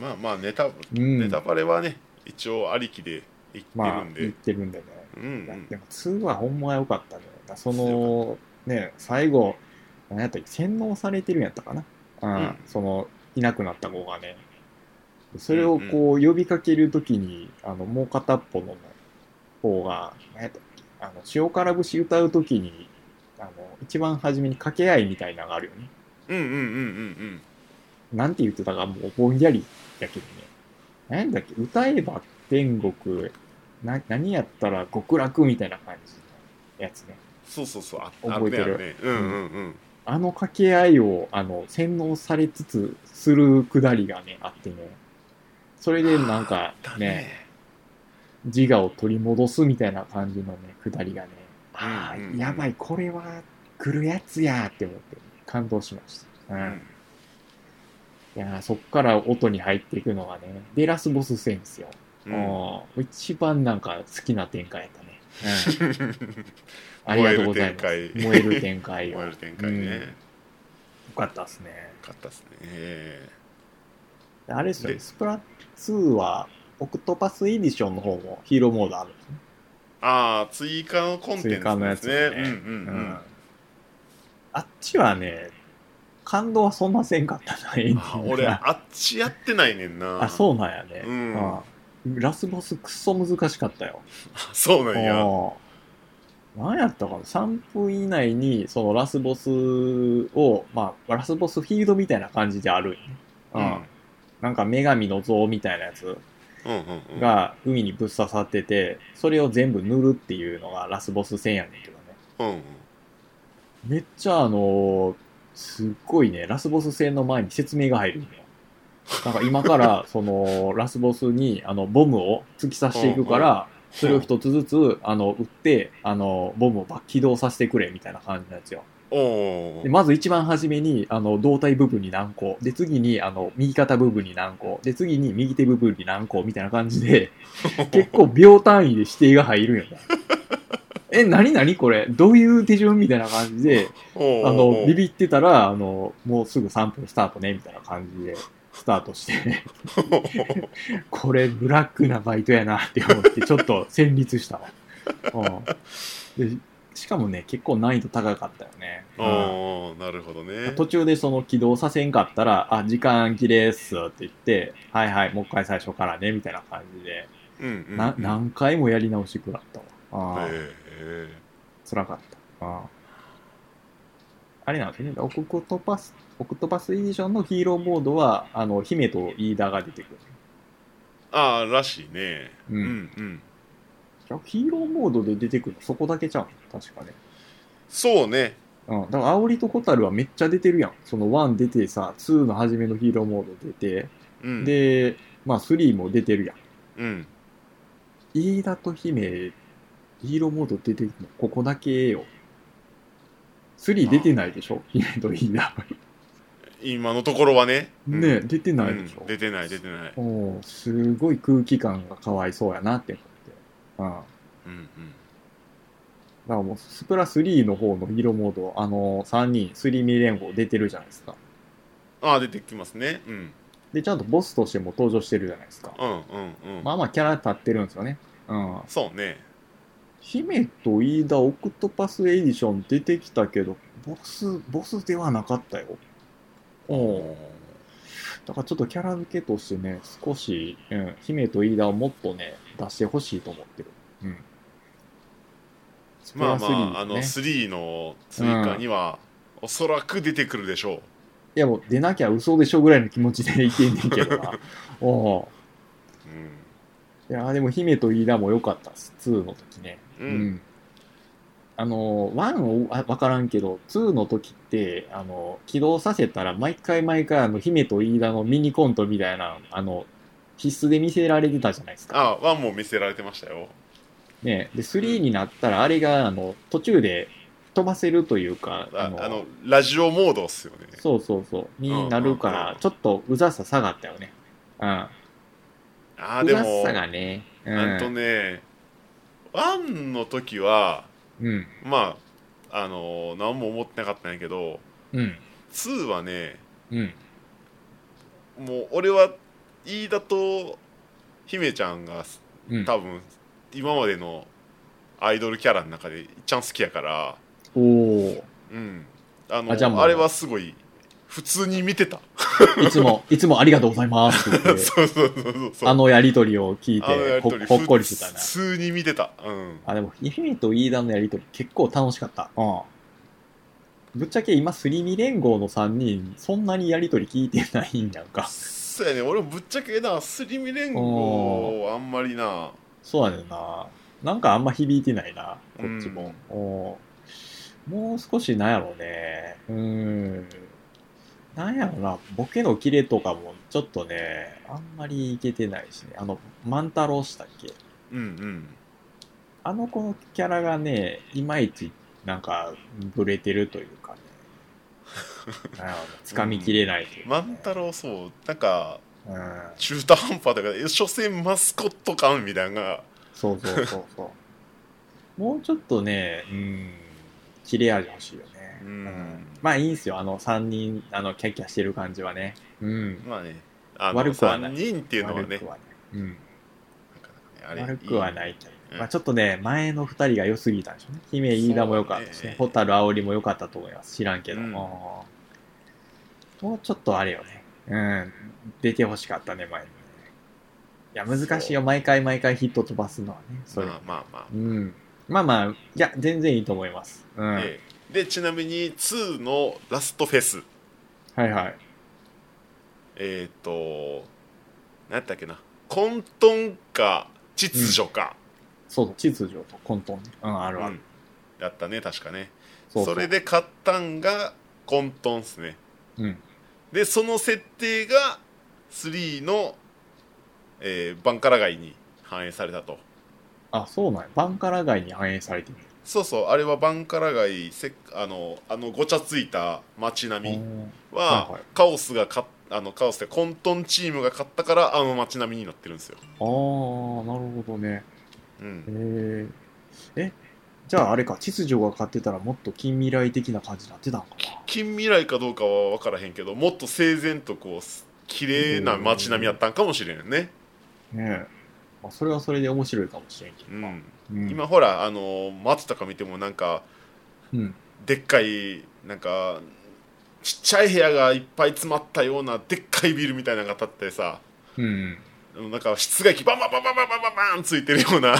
まあまあネタ
うん。
ネタバレはね一応ありきで言って
ま
る
あ
ん、で、
言ってるんでね。
うんうん
でも2はほんま良かったね。その、ね、最後、何やったっけ、洗脳されてるんやったかな。うん。
うん
その、いなくなった子がね。それをこう、呼びかけるときに、あの、もう片っぽの方が、何やったっけ、あの、塩辛節歌うときに、あの、一番初めに掛け合いみたいなのがあるよね。
うんうんうんうん
なんて言ってたか、もうぼんやりやけどね。なんだっけ、歌えば天国、な何やったら極楽みたいな感じのやつね。
そうそうそうああ
覚えてる
あねうんうんうん
あの掛け合いを、あの、洗脳されつつするくだりがね、あってね。それでなんか
だ
ね、自我を取り戻すみたいな感じのね、くだりがね、ああ、
うんうんうん
やばい、これは来るやつやーって思って、感動しました。う。
うんん
いやーそっから音に入っていくのがね、で、ラスボス戦ですよ。
うん
うん一番なんか好きな展開やったね。あ り
燃え
がと
る
うござ
展
います。
開
燃える展開 よ。
燃え
よ
る展開ね、
うん
よ
かったですね。
かったっすね
あれですよ、
で
スプラ2は、オクトパスエディションの方もヒーローモードあるんですね。
ああ追加のコンテン
追加
ツ
の
で
や
す
つ
ね
ね
うんうんうん、
あっちはね、感動はそんなせんかったな、エンデ
あ
ィング
俺
が。
あっちやってないねんな
あ、そうなんやね。
うん
あラスボスクソ難しかったよ。
あそうなんや
うん何やったかな ?3 分以内に、そのラスボスを、まあ、ラスボスフィールドみたいな感じであるんよね。
う
うんん。なんか女神の像みたいなやつ
うんうんうん
が海にぶっ刺さってて、それを全部塗るっていうのがラスボス戦やねんけどね。
うんうん
めっちゃあのーすっごいね、ラスボス戦の前に説明が入るんだよ。なんか今から、その、ラスボスに、あの、ボムを突き刺していくから、それを一つずつ、あの、撃って、あの、ボムを起動させてくれ、みたいな感じなんですよ。
おお
でまず一番初めに、あの、胴体部分に何個、で、次に、あの、右肩部分に何個、で、次に右手部分に何個、みたいな感じで、結構秒単位で指定が入るんよね。え、なになにこれどういう手順みたいな感じで、あの、ビビってたら、あの、もうすぐ3分スタートね、みたいな感じで、スタートして、これブラックなバイトやなって思って、ちょっと戦慄したわ。うん。で、しかもね、結構難易度高かったよね。うん
おおなるほどね
途中でその起動させんかったら、あ、時間切れっすって言って、はいはい、もう一回最初からね、みたいな感じで、
うんうんうん
な何回もやり直し食らったわ。ああ、
ええ
辛かった。あああれなんですよね、オクトパス、オクトパスエディションのヒーローモードは、あの、姫と飯田が出てくる。
ああらしいね
う
うんんうん
ヒーローモードで出てくるのそこだけちゃうん確かね。
そうね
うん。だから、アオリとホタルはめっちゃ出てるやん。その1出てさ、2の初めのヒーローモード出て、
うん
で、まあ3も出てるやん。
うん
飯田と姫、ヒーローモード出てるのここだけよ。3出てないでしょ姫と飯田。
今のところはねうん
ねえ出てないでしょ。
うん出てない出てない
おすごい空気感がかわいそうやなって思って。うん。
うんうん
だからもう、スプラ3の方のヒーローモード、あの3人、3ミリ連合出てるじゃないですか。
ああ出てきますねうん
で、ちゃんとボスとしても登場してるじゃないですか。
うんうんうん
まあまあキャラ立ってるんですよね。うん。
そうね
姫と飯田、オクトパスエディション出てきたけど、ボス、ボスではなかったよ。おうだからちょっとキャラ付けとしてね、少し、うん、姫と飯田をもっとね、出してほしいと思ってる。うん。スプ
まあ
ラス
ま
リー
ああの
ね
3の追加にはおそらく出てくるでしょ
いやもう出なきゃ嘘でしょぐらいの気持ちでいけんねんけどな。おお
ううん
う。いやーでも姫と飯田も良かったっす、2の時ね。
う、
うんあのー、1をあわからんけど、2の時って、あのー、起動させたら毎回毎回あの、姫と飯田のミニコントみたいな、あの、必須で見せられてたじゃないですか。
あ1も見せられてましたよ
ねで、3になったらあれが、あの、途中で飛ばせるというか、
ああの
ー
ラジオモードっすよね
そうそうそう、になるか
うんうん
ら
う、ん
ちょっとうざさ下がったよね。うん。
ああで
うざ
も
さがね、うん、
なんとね1の時は
うん、
まああの何も思ってなかったんやけど
うん、
2はね
うん、
もう俺は飯田と姫ちゃんが
うん。
多分今までのアイドルキャラの中でいっちゃん好きやから
おお
うんあの
あじゃあもう
あれはすごい普通に見てた
いつも、いつもありがとうございますって言っ て
そうそうそうそう
あのやりとりを聞い
あのや
て
り
ほ
とり
ほっこりしてた
普
な。
通に見てたうん
あ、でも、姫と飯田のやりとり結構楽しかった。うん。ぶっちゃけ今、すりみ連合の3人、そんなにやりとり聞いてないんやんか。
そうやね俺もぶっちゃけなスリミ連合あんまりな
そうやねんな。なんかあんま響いてないな、こっちも。おーもう少しなんやろうね。うーん。なんやろな、ボケのキレとかもちょっとね、あんまりいけてないしね。あの、万太郎したっけ
うんうん
あの子のキャラがね、いまいち、なんか、ブレてるという かね。なんやろうな掴みきれないというか、ね。
万太郎そうなんか
うん。
中途半端だからえ所詮マスコット感みたいなのが
そうそうそうそう。 もうちょっとね、うん、切れ味欲しいよね。
うん
まあいいんすよ、あの3人、あの、キャッキャしてる感じはね。うん。
まあねあの
悪くはない
3人っていうのはね
悪くはない。うん。
あれ
悪くはないけど、
うん
まあちょっとね、前の2人が良すぎたんでしょうね。姫、飯田も良かったし
そう
ね
ね。
ホタル、アオリも良かったと思います。知らんけど。
うん
もうもうちょっとあれよね。うん。出てほしかったね、前にね。いや、難しいよ。毎回毎回ヒット飛ばすのはね。それ
まあまあまあ
うん。まあまあ、いや、全然いいと思います。うん。
ええでちなみに2のラストフェス
はいはい。
えっ、と何やったっけな混沌か秩序か、
そうそう、秩序と混沌ね。うん、あるある。
うんやったね確かね
うう
それ。で買ったんが混沌っすね
うん。
でその設定が3の、えーバンカラ街に反映されたと
あ、そうなんや。バンカラ街に反映されてる。
そうそうあれはバンカラ街せっあのあのごちゃついた街並みは、
はいはい
カオスが勝っあのカオスで混沌チームが勝ったからあの街並みになってるんですよ、
あー、なるほどね。
うん
へーえ、じゃああれか、秩序が勝ってたらもっと近未来的な感じになってたんかな。
近未来かどうかは分からへんけどもっと整然とこうす綺麗な街並みやったんかもしれんね、
ねえ。まあ、それはそれで面白いかもしれんけど
う。ん、
うん、
今ほらあの街とか見てもなんか
うん。
でっかいなんかちっちゃい部屋がいっぱい詰まったようなでっかいビルみたいなのが建ってさ
うん。
なんか室外機バンバンバンバンバンバンバンバンついてるような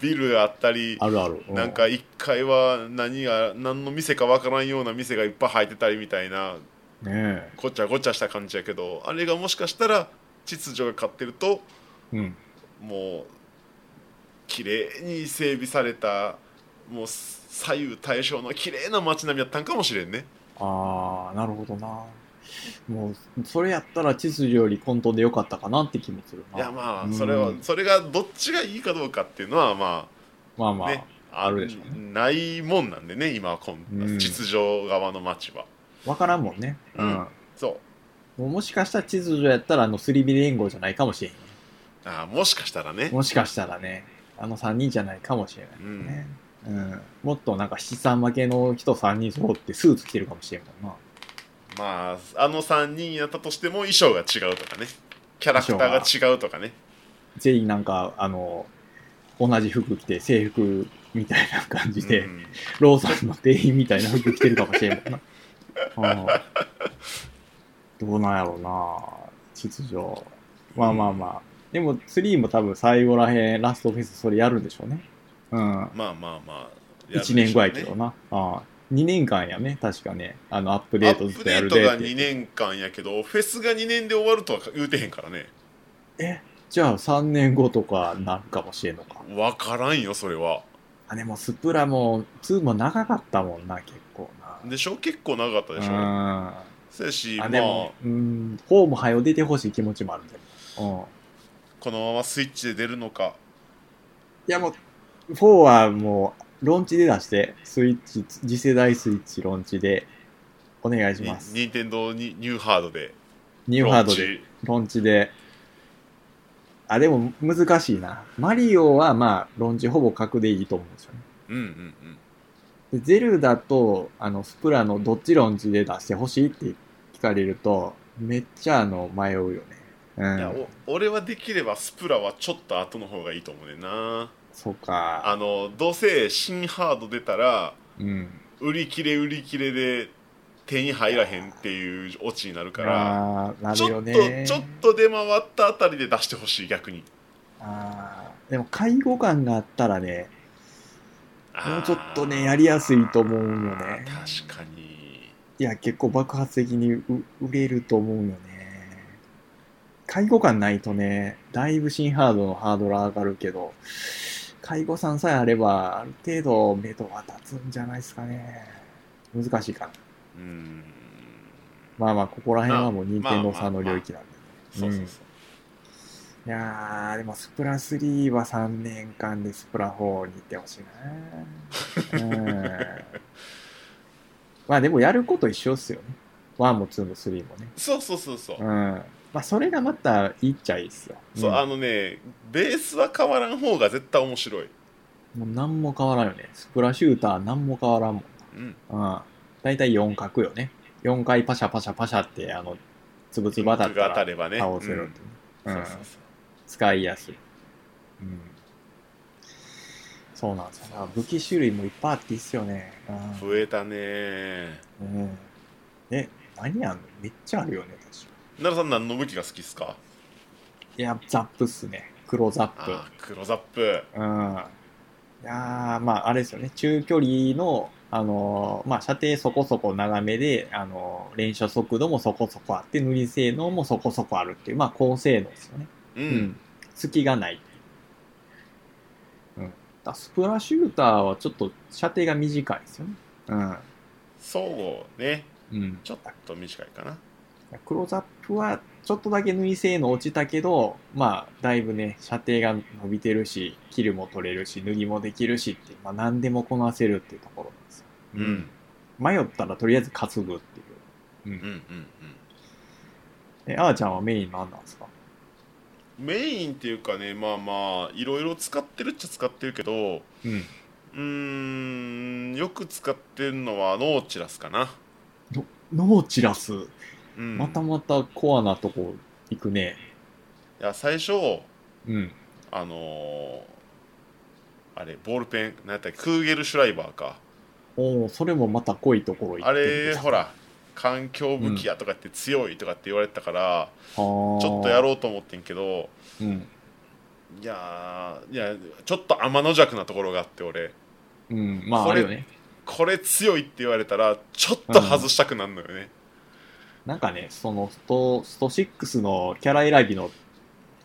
ビルがあったり
あるある。う
なんか、1階は何が何の店かわからんような店がいっぱい入ってたりみたいな
ねえ。
ごちゃごちゃした感じやけどあれがもしかしたら秩序が勝ってると
うん。
もう綺麗に整備されたもう左右対称の綺麗な街並みやったんかもしれんね
あー、なるほどな。もう、それやったら秩序より混沌でよかったかなって気もするな。
いやまあ
うん
それはそれがどっちがいいかどうかっていうのはま
まあま
あ
あ、
ね
あるでしょうね
ないもんなんでね今はこん
うん
秩序側の街は
わからんもんね。
うん
も
そう
うもしかしたら秩序やったらあの 3B 連合じゃないかもしれんよね。
ああもしかしたらね
もしかしたらね、あの3人じゃないかもしれない
うん
ね。うん。もっとなんか七三負けの人3人揃ってスーツ着てるかもしれんもんな。
まああの3人やったとしても衣装が違うとかねキャラクターが違うとかね
全員なんか、あの、同じ服着て制服みたいな感じで、
うん
ローソンの店員みたいな服着てるかもしれんもんな。うんどうなんやろうな秩序。まあまあまあ。でも3も多分最後らへん、ラストフェスそれやるんでしょうね。うん。
まあまあまあるでしょう
1
ね
年後やけどな。ああ2年間やね、確かね。あの、アップ
ア
デート
ッ
ず
プ
っと
デ
や
ー
る
ト
で
が
って
2年間やけどフェスが2年で終わるとは言うてへんからね
じゃあ3年後とかなるかもしれんのか。
分からんよそれは
あ、でもスプラも2も長かったもんな、結構な。
でしょ結構長かった
う
で
ん。
しょ
あ、
せやしまあ
でも、うん、4も早う出てほしい気持ちもあるんだけど。うん。
このままスイッチで出るのか
いやもう、4はもう、ローンチで出して、スイッチ、次世代スイッチローンチで、お願いし
に
ます。
任天堂にニューハードで
ニューハードで、ローンチで。あ、でも難しいな。マリオはまあ、ローンチほぼ格でいいと思うんですよね。
うんうんうん
でゼルダと、あの、スプラのどっちローンチで出してほしいって聞かれると、めっちゃあの、迷うよね。う
いや
ん。
お俺はできればスプラはちょっと後の方がいいと思うねんな
そうか。
あのどうせ新ハード出たら
うん。
売り切れ売り切れで手に入らへんっていうオチになるから
あーな
ちょ
るよ
っと
ね。
ちょっと出回ったあたりで出してほしい逆に
あーでも、介護感があったらね、も
も
うちょっとねやりやすいと思うよね
確かに
いや、結構爆発的にう売れると思うよね。介護感ないとね、だいぶ新ハードのハードル上がるけど、介護さんさえあれば、ある程度目処は立つんじゃないですかね。難しいかな。
うん
まあまあ、ここら辺はもう任
まあ
天堂さんの領域なんで。
そうそうそ
いやー、でもスプラ3は3年間でスプラ4に行ってほしいな。うん。まあでもやること一緒っすよね。1も2も3もね。
う、そうそうそうそう、
うん。まあそれがまたいいっちゃいいっすよ。
そう
うん
あのねベースは変わらん方が絶対面白い
もう何も変わらんよね。スプラシューター何も変わらんもん。
うん
うん。だいたい4角よね。4回パシャパシャパシャって、あの、つぶつぶ当たっ
僕
た
が当た
ら
ればね
倒せ
う
るっ
ん
て、
そ
ね。う
うんそうそう
使いやすい。うん。そうなんですよな。武器種類もいっぱいあっていいっすよね。
増えたね
うん。うん、え、何あんのめっちゃあるよね、確か。
奈良さん何の武器が好きっすか
いや、ザップっすね。黒ザップ。
あー黒ザップ
うん。いやー、まあ、あれですよね。中距離の、あのーまあ、射程そこそこ長めで、あのー連射速度もそこそこあって、塗り性能もそこそこあるっていう、まあ、高性能ですよね。
う、。
うん隙がない。うん。だスプラシューターはちょっと射程が短いですよね。うん。
そうね
うん。
ちょっと短いかな
クローズアップはちょっとだけ縫い性能落ちたけど、まあ、だいぶね、射程が伸びてるし、キルも取れるし、脱ぎもできるしって、まあ、何でもこなせるっていうところなんですよ。
うん。
迷ったらとりあえず担ぐっていう。
うんうんうん
え、あーちゃんはメイン何なんですか
メインっていうかねまあまあいろいろ使ってるっちゃ使ってるけど
う
う
ん。
ーんよく使ってるのはノーチラスかな、
ノーチラス。
うん、
また
い
またコアなとこ行くね。
や最初
うん。
あのーあれボールペン何やったっけクーゲルシュライバーか
おおそれもまた濃いところ行
あ
ってるんで
れ
す
ほら環境武器やとかって強いとかって言われてたから、
ちょ
ちょっとやろうと思ってんけど
う。うん。
いやーいやちょっと天の弱なところがあって俺
うん。まあ、
そ
あ
れ
るよね。
これ強いって言われたらちょっと外したくなるのよね、
なんかね、そのスト、スト6のキャラ選びの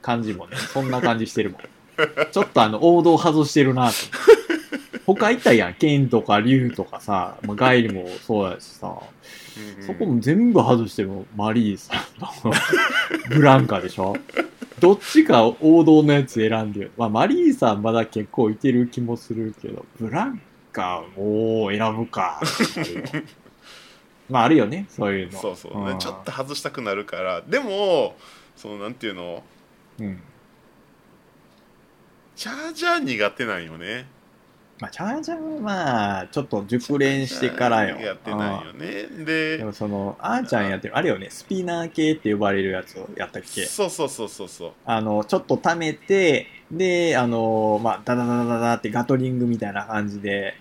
感じもね、そんな感じし てるもん。ちょっとあの、王道外してるなと。他いたやん。剣とか竜とかさ、まあ、ガイルもそうやしさ、
うんうん
そこも全部外してるの。マリーさんとブランカでしょどっちか王道のやつ選んでよ。まあ、マリーさんまだ結構いける気もするけど、ブランカを選ぶか。 まあ、あるよね、そういうの。
そうそう、ね
ん
ちょっと外したくなるからでもそのなんていうの
うん。
チャージャー苦手なんよね
まあ、チャージャーはまあ、ちょっと熟練してからよ。
やってないよね
うんで
で
もその、あーちゃんやってる、あれよね、スピナー系って呼ばれるやつをやったっけ
そうそうそうそうそう
あの、ちょっと溜めて、で、あの、まあ、ダダダダダダってガトリングみたいな感じで、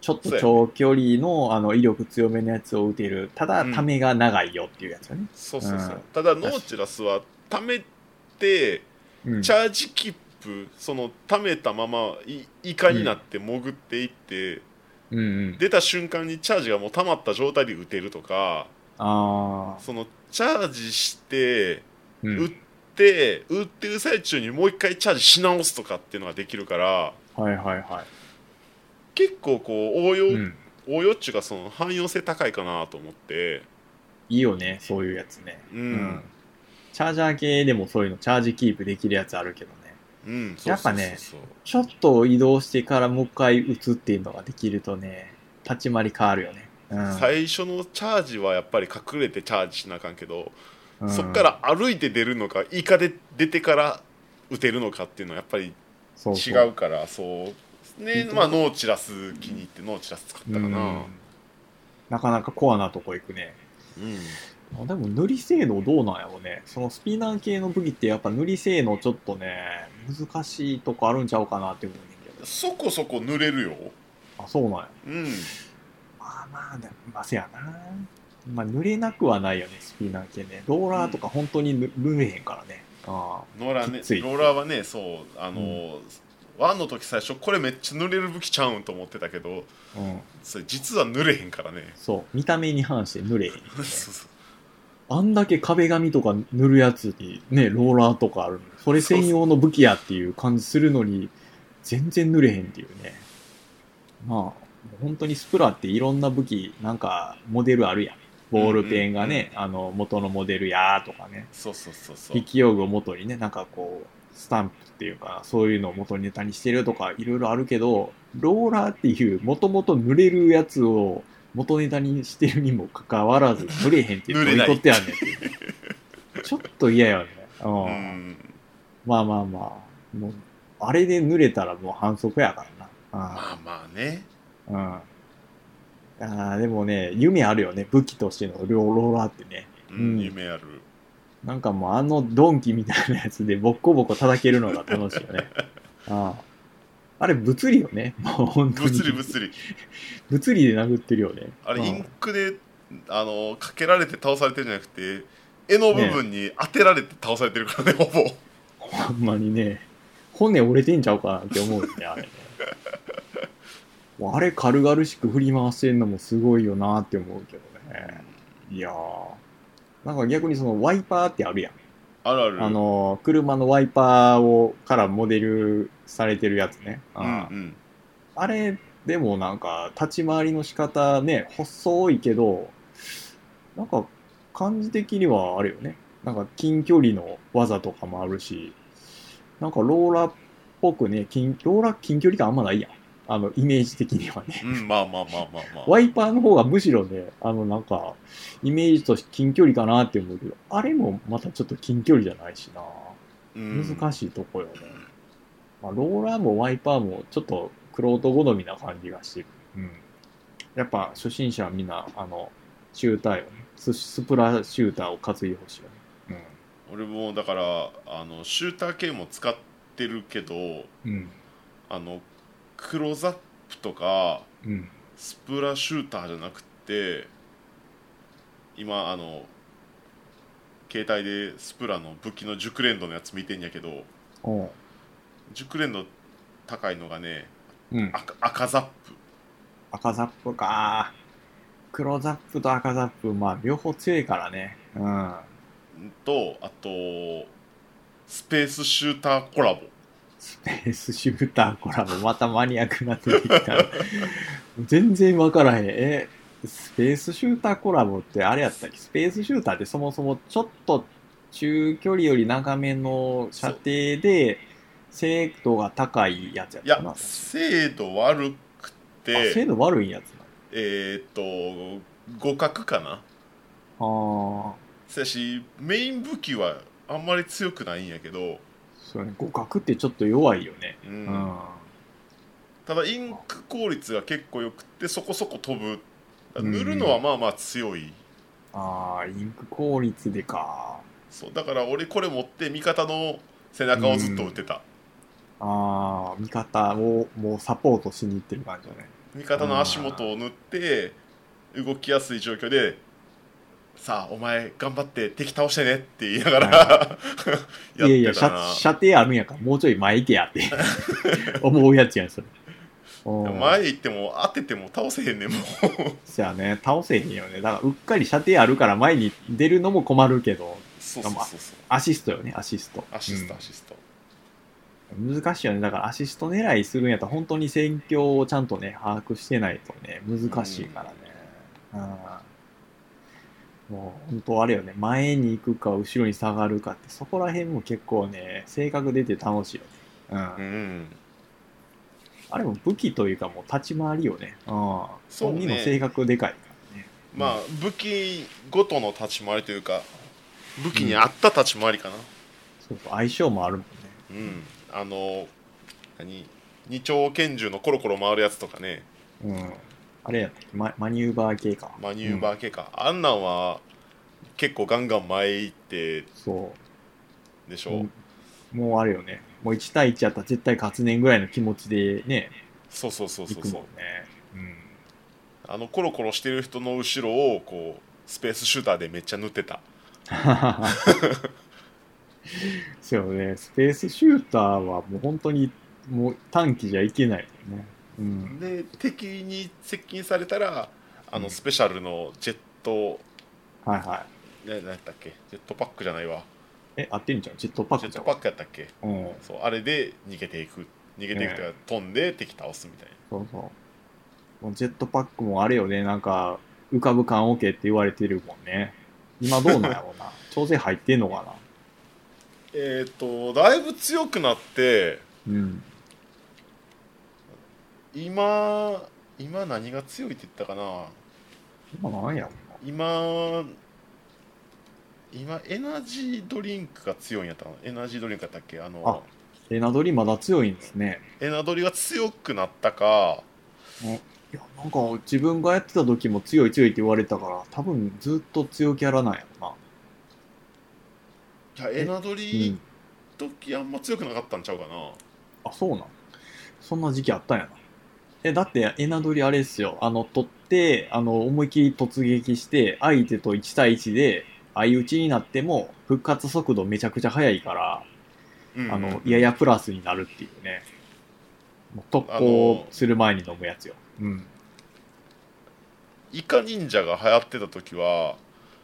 ちょっと長距離の、あの、威力強めのやつを打てる。ただ、
うん
ためが長いよっていうやつよね。
そうそうそう、
うん
ただノーチラスは貯めて
うん。
チャージ切符その貯めたままいイカになって潜っていって、
うんうん。
出た瞬間にチャージがもう溜まった状態で打てるとか
ああ。
そのチャージして
う
打っ
ん。
て、打ってる最中にもう一回チャージし直すとかっていうのができるから
はいはいは
結構こう応用、
い。うん。
応用っちゅうかその汎用性高いかなと思って
いいよね、そういうやつね。
うん
うんチャージャー系でもそういうの、チャージキープできるやつあるけどね。
うん、
やっぱね
そうそうそう
ちょっと移動してからもう一回打つっていうのができるとね、立ち回り変わるよね。うん
最初のチャージはやっぱり隠れてチャージしなあかんけど、
うん
そっから歩いて出るのかイカで出てから打てるのかっていうのはやっぱり
そう
違
そう
うからそうねまあノーチラス気に入ってノーチラス使ったかな、
うんなかなかコアなとこ行くね。
うん
あでも塗り性能どうなんやろうね。そのスピナー系の武器ってやっぱ塗り性能ちょっとね、難しいとこあるんちゃうかなって思うねんけど。
そこそこ濡れるよ
あ、そうなんや。
うん
まあまあ、でもまあせやな。まあ塗れなくはないよね、スピナー系ね。ローラーとか本当に塗塗れへんからね。あ
ノーラーね
きつい
ローラーはねそうあの、ワンの時最初これめっちゃ濡れる武器ちゃうんと思ってたけど
あ、うん。
それ実は濡れへんから ね
そう。見た目に反して塗れへん、ね。
そうそう
あんだけ壁紙とか塗るやつにね、ローラーとかあるのにそれ専用の武器やっていう感じするのに、全然塗れへんっていうね。まあ、もう本当にスプラっていろんな武器、なんかモデルあるやん。ボールペンがね、あの、元のモデルやーとかね、
そうそうそうそう
筆記用具を元にね、なんかこう、スタンプっていうか、そういうのを元にネタにしてるとか、いろいろあるけど、ローラーっていう、もともと塗れるやつを元ネタにしてるにもかかわ らず、塗れへんっていう
塗れない
取ってやんねんっていうねちょっと嫌よね。うん。
うん
まあまあまあ、もう、あれで塗れたらもう反則やからな。
まあまあね
うん。うん。あーでもね、夢あるよね。武器としてのローラーってね。
うん、
うん
夢ある
なんかもうあのドンキみたいなやつでボッコボコ叩けるのが楽しい よね。あああれ物理よね。もう本当に。
物理物理
物理で殴ってるよね。
あれ
うん
インクであのかけられて倒されてるんじゃなくて絵の部分に当てられて倒されてるからねほぼ
ほんまにね、骨折れてんちゃうかなって思うよね、あれね。 もうあれ軽々しく振り回してんのもすごいよなって思うけどね。いやー。なんか逆にそのワイパーってあるやん。
あるある
あの、車のワイパーを、からモデルされてるやつね。
う
うん
んうん
あれでもなんか立ち回りの仕方ね、細いけど、なんか感じ的にはあれよね。なんか近距離の技とかもあるし、なんかローラっぽくね、近ローラ近距離感あんまないやん。あの、イメージ的にはね。
うん、まあまあまあまあまあ。
ワイパーの方がむしろね、あのなんか、イメージとして近距離かなって思うけど、あれもまたちょっと近距離じゃないしな。
うん
難しいとこよね。まあ、ローラーもワイパーもちょっとクロート好みな感じがして、うん、やっぱ初心者はみんなあのシューターよねススプラシューターを担いでほしいよね。
俺もだからあのシューター系も使ってるけど
うん。
あのクローズアップとか
うん。うん。
スプラシューターじゃなくて今あの携帯でスプラの武器の熟練度のやつ見てんやけど
おう
熟練度高いのがね
うん。
赤赤ザップ
赤ザップか。黒ザップと赤ザップ、まあ両方強いからね。うん。
とあとスペースシューターコラボ
スペースシューターコラボ、またマニアックになってきた。全然わからへん。え、スペースシューターコラボってあれやったっけスペースシューターってそもそもちょっと中距離より長めの射程で精度が高いやつやっ
い
たな。
や
あ、
精度悪く
精
て
度悪いやつな。
えーっと互角かな
ああ、
せやしメイン武器はあんまり強くないんやけど、
そうね。互角ってちょっと弱いよね。
う
うんん。
ただインク効率が結構よくてそこそこ飛ぶだから
うん
塗るのはまあまあ強い、
ああ、インク効率でか。
そうだから俺これ持って味方の背中をずっと打ってた、
ああ、味方をもうサポートしに行ってる感じだね。
味方の足元を塗って動きやすい状況でさあお前頑張って敵倒してねって言いながら やっ
いやいや、
てた
射
な
射程あるんやから、もうちょい前行けやって 思うやつやん、それ。うん
前行っても当てても倒せへんねんもう
そやね、倒せへんよね。だから、うっかり射程あるから前に出るのも困るけど、
そうそうそうそう
アシストよね、アシスト。
アシスト
う
アシスト、
ん難しいよね。だから、アシスト狙いするんやったら、本当に戦況をちゃんとね、把握してないとね、難しいからね。うんもう、本当あれよね、前に行くか、後ろに下がるかって、そこら辺も結構ね、性格出て楽しいよね。う
う
ん
ん
あれも武器というかもう立ち回りよね。ああ。
そうね
本人の性格でかいからね。
まあ武器ごとの立ち回りというか武器に合った立ち回りかな
そうそう、相性もあるもんね。
うん、あの何二丁拳銃のコロコロ回るやつとかね
うん。あれやったっけママニューバー系か。
マニューバー系か、あんなんは結構ガンガン前行って
そ
でし
う。
ょ、
もうもうあれよね。もう1対1やったら絶対勝つねんぐらいの気持ちでね、
そうそうそう
行
そう
く
そ
も
うん
ね。うん。
あのコロコロしてる人の後ろをこうスペースシューターでめっちゃ塗ってた
そうよね。スペースシューターはもう本当にもう短期じゃいけないよね。うん。
で敵に接近されたらあ
う
の
ん
スペシャルのジェット、
はいはい。
な何やったっけジェットパックじゃないわ
え、合ってるんちゃうジェットパッ
ジェッ
クちゃ
ト
う
パックやったっけ
うん。
そうあれで逃げていく逃げていくというか、飛んで敵倒すみたいな
そうそう。もうジェットパックもあれよね、なんか、浮かぶ感 OK って言われてるもんね。今どうなんやろう な。調整入ってんのか
えっ、とだいぶ強くなって
な。うん。
今今何が強いって言ったかな
今なんやろ
今今エナジードリンクが強いんやったかなエナジードリンクやったっけあの
うな。エナドリまだ強いんですね。
エナドリが強くなったか
いや、なんか自分がやってた時も強い強いって言われたから、多分ずっと強キャラなんやろ
いやエナド
うな。う
リ
ん。
時あんま強くなかったんちゃうかな
あ、そうなん。そんな時期あったんやな。え、だって、エナドリあれっすよ。あの、取って、あの、思い切り突撃して、相手と1対1で、相打ちになっても、復活速度めちゃくちゃ速いから、
うん
あの、ややプラスになるっていうね。もう特
あの
攻する前に飲むやつよ。うん。
イカ忍者が流行ってた時は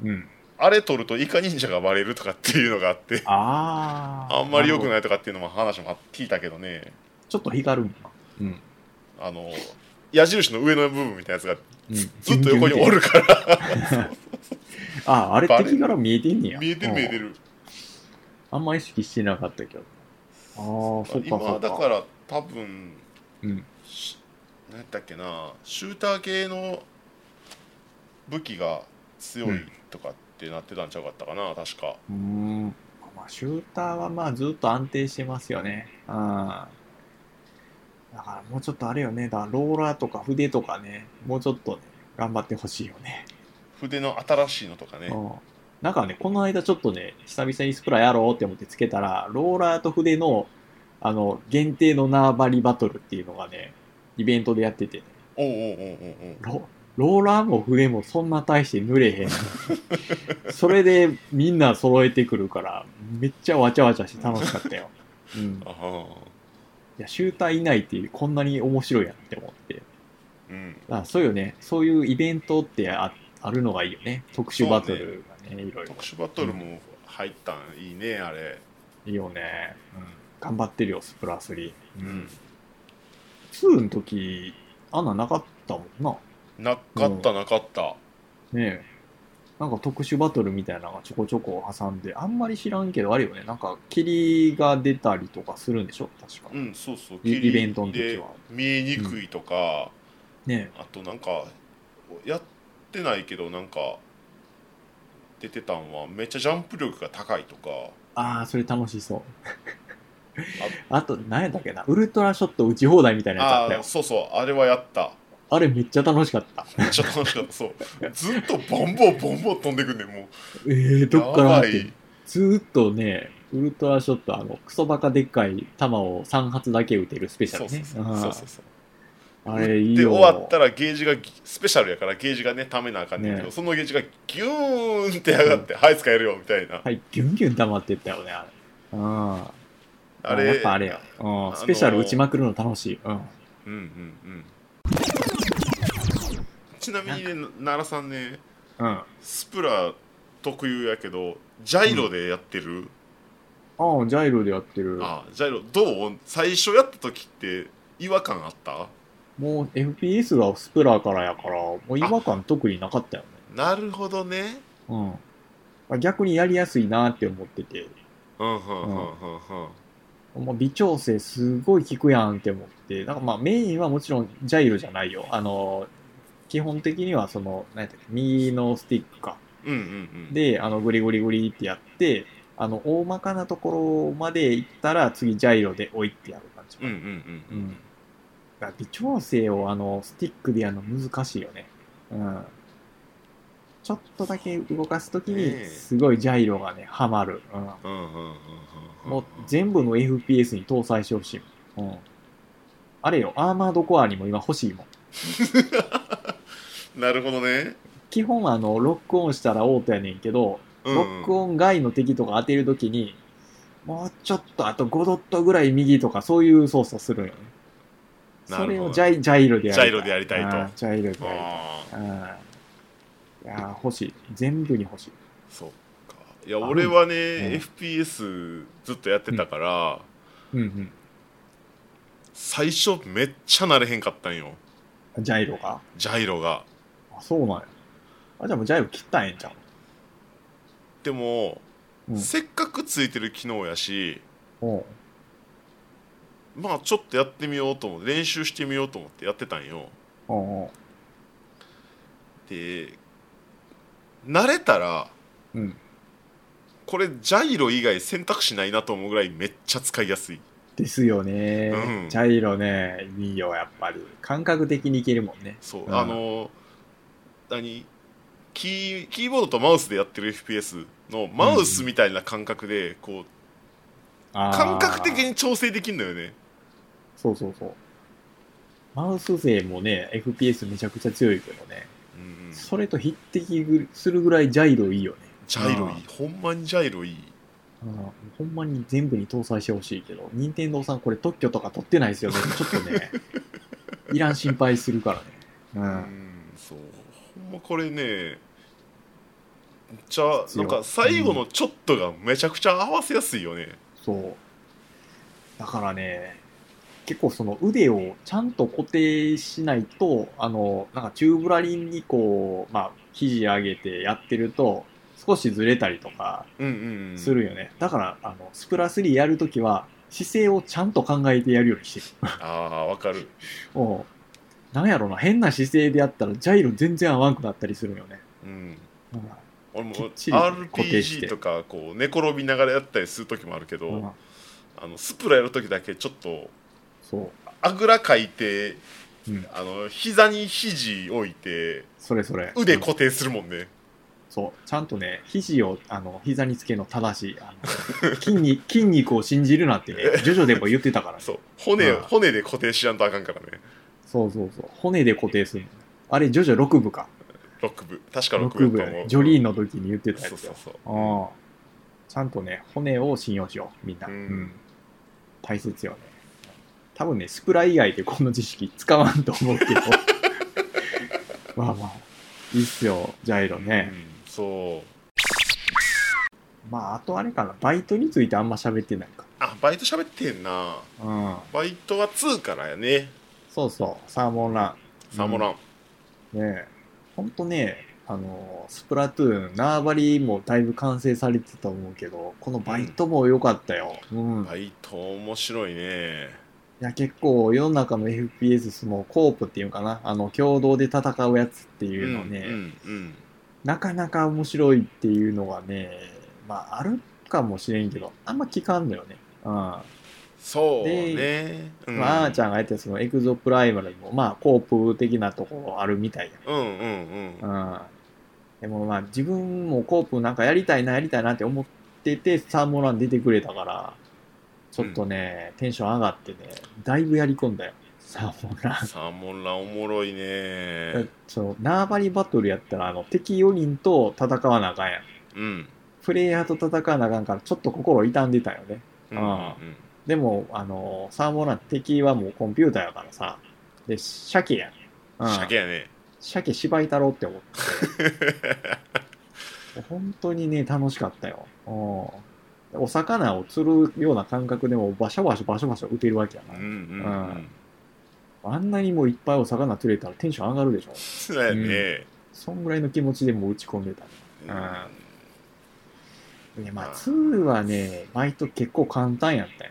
うん。
あれ取るとイカ忍者がバレるとかっていうのがあ って
ああ。
あんまり良く
い。
ないとかっていうのも話も聞いたけどね
ちょっと光るもんな。うん。
あの矢印の上の部分みたいなやつが
うん、
ずっと横におるから
あ、あれ
バレ
敵から見えてんねや。
見えてる見えて
る。
る
あんま意識してなかったけど。ああ、そっか
今
そっ
だ
か。
から多分
うん。
し何やったっけなシューター系の武器が強いとかってなってたんちゃうかったかな、確か
うーん。まあ、シューターはまあずっと安定してますよね。うん。だからもうちょっとあれよね。だからローラーとか筆とかね、もうちょっとね、頑張ってほしいよね。
筆の新しいのとかね、
うん。なんかね、この間ちょっとね、久々にスプラやろうって思ってつけたら、ローラーと筆の、あの、限定の縄張りバトルっていうのがね、イベントでやってて、
おうおうおうおうおう
ロローラーも筆もそんな大して濡れへん。それでみんな揃えてくるから、めっちゃわちゃわちゃして楽しかったよ。うん。
あは
いや、シューターいないっていう、こんなに面白いやんって思って。
ーうん
あそうよね。そういうイベントってああるのがいいよね。特殊バトルがね、いろいろ。
特殊バトルも入ったんいいねあれ
いいよね。頑張ってるよ、スプラ3。
う。
2の時、あんなんなかったもんな。
なかったなかった、
ねえ。なんか特殊バトルみたいなのがちょこちょこ挟んで、あんまり知らんけど、あるよね。なんか、霧が出たりとかするんでしょ確か。
うんそうそう
イイベントの時は
霧で見えにくいとか、
ね
あとなんかやってないけどなんか出てたんはめっちゃジャンプ力が高いとか
え。ああ、それ楽しそう。あと、何やったっけなウルトラショット打ち放題みたいなやつあ
あ
った
あ
よ。
そうそうあれはやった
あれめっちゃ楽しかった。
めっちゃ楽しかったそうずっとボンボンボンボン飛んでくんねんも
え
う
ー、どっから
や
っ
ば
て
い。
ずーっとね、ウルトラショット、あの、クソバカでっかい弾を3発だけ撃てるスペシャ
そう
ル
そう
ね。
そう
あー
そうそうそう
あれいい
で
よ。
終わったらゲージがぎスペシャルやからゲージがねためなあかんねんけど、
ね
そのゲージがギューンって上がって、はい使えるよみたいな、
はい、ギュンギュン溜まってったよね、あれ。うん。
あ
やっ
れ
ぱあれよ、
あの
うん。スペシャル打ちまくるの楽しい。うん。
うんうんうんちなみにね奈良さんね
うん。あ
スプラ特有やけどジャイロでやってる、
あ、ジャイロでやってる。
あジャイロどう最初やった時って違和感あった
もう FPS がスプラからやから、もう違和感特になかったよね。
なるほどね
うんまあ。逆にやりやすいなって思ってて、
うんうんうんうんうん
もう微調整すごい効くやんって思って、なんかまあメインはもちろんジャイロじゃないよ。あの、基本的にはその、何やったっけ、右のスティックか。
うんうんうん
で、あの、グリグリグリってやって、あの、大まかなところまで行ったら、次、ジャイロで置いってやる感じ。
うんうんう
うんん。だから微調整を、あの、スティックでやるの難しいよね。うん。ちょっとだけ動かすとき
ね
に、
え
すごいジャイロがね、ハマる。う
うんうんうんうん
ん。もう、全部の FPS に搭載してほしいもん。うん。あれよ、アーマードコアにも今欲しいもん。
なるほどね
基本は、あの、ロックオンしたらオートやねんけど、
うん
ロックオン外の敵とか当てるときに、もうちょっとあと5ドットぐらい右とかそういう操作するんよね。
なるほど
それをジャイジャイロでやり
ジャ
たい。
イロでやりたいと
あージャイロでやりたい。
ああ
うんいやー欲しい。全部に欲しい。
そっかいや俺はね、
うん
FPS ずっとやってたから、
うん
最初めっちゃ慣れへんかったんよ
うん。ジャイロが。
ジャイロが
あ、そうなんや。あ、じゃあもうジャイロ切ったんやんじゃん。
でも、
うん
せっかくついてる機能やし
おう
まあちょっとやってみようと思って練習してみようと思ってやってたんよ
おうお
で慣れたら
ううん。
これジャイロ以外選択肢ないなと思うぐらいめっちゃ使いやすい
ですよね、
うん
ジャイロね、いいよ、やっぱり。感覚的にいけるもんね。
そう、
うん
あの何キーキーボードとマウスでやってる FPS のマウスみたいな感覚で、こう
あー
感覚的に調整できるのよね
そうそうそう。マウス勢もね、FPS めちゃくちゃ強いけどね、
うんうんジ
それと匹敵ぐするぐらいジャイロいいよね。
ャイロ
あ
いいほんまにジャイロいい
うんほんまに全部に搭載してほしいけど、任天堂さんこれ特許とか取ってないですよね。ちょっ とね、いらん心配するから
う
ね。
んそうほんまこれねじゃあ
必
な
要
んか最後のちょっとがめちゃくちゃ合わせやすいよね
うん、そう。だからね、結構その腕をちゃんと固定しないと、あの、なんかチューブラリンにこう、まあ、肘上げてやってると、少しずれたりとか
うんうんうん
するよね。だから、あの、スプラ3やるときは、姿勢をちゃんと考えてやるようにしてる。
ああーわかる
おうなんやろな、変な姿勢でやったら、ジャイロ全然合わんくなったりするよね。
うん
うん
俺も
きっちり固定して
RPG とかこう寝転びながらやったりする時もあるけど、
うん
あのスプラやる時だけちょっと
そう。
あぐらかいて
うん。
あの膝に肘置いて
それそれ。
腕固定するもんね、
そう。ちゃんとね、肘を、あの、膝につけの正しい、あの 筋肉、筋肉を信じるなってね、ジョジョでも言ってたからね。
そう骨
うん
骨で固定しやんとあかんからね
そうそうそう。骨で固定するの。あれ、ジョジョ6部か。
ロック部確かロック部
6部
や
や
と思
ね
う。
ジョリーンの時に言ってたや
そう
つ
そ
よ
う。そう
ああ。ちゃんとね、骨を信用しよう、みんな。
う
うんん。大切よね。多分ね、スプラ以外でこの知識使わんと思うけど。まあまあ、いいっすよ、ジャイロね。
うんそう
まあ、あとあれかな、バイトについてあんま喋ってないか。
あバイト喋ってんな
うん。
バイトは2からやね
そうそう、サーモンラ
サーモラン、
ン。ねえ。ほんとね、あの、スプラトゥーン、縄張りもだいぶ完成されてたと思うけど、このバイトも良かったよ。うん。
バイト面白いね
いや、結構世の中の FPS もコープっていうのかな、あの、共同で戦うやつっていうのね、
うんうん
なかなか面白いっていうのがね、まあ、あるかもしれんけど、あんま聞かんのよね。うん。
そうね、うん、
まあ、あーちゃんがやってたそのエクゾプライマルにも、まあ、コープ的なところあるみたいやね。
うんうんうん
うん。でもまあ、自分もコープなんかやりたいな、やりたいなって思ってて、サーモラン出てくれたから、ちょっとね、テンション上がってね、だいぶやり込んだよ、サーモラン。
サーモンランおもろいね
その縄張りバトルやったらあの敵4人と戦わなあかんやん
うん
プレイヤーと戦わなあかんからちょっと心痛んでたよね
うん
あでもあのサーモンラン敵はもうコンピューターやからさで鮭やん、
う
うんん、
鮭やね
鮭芝居太郎って思って本当にね楽しかったようんお魚を釣るような感覚でもバシャバシャバシャバシャ打てるわけやか
うんう
ら、
んう
うんんあんなにもういっぱいお魚釣れたらテンション上がるでしょ
そうやね
そんぐらいの気持ちでもう打ち込んでた
うん
んね、ま
あ
あ、2はね、バイト結構簡単やったよ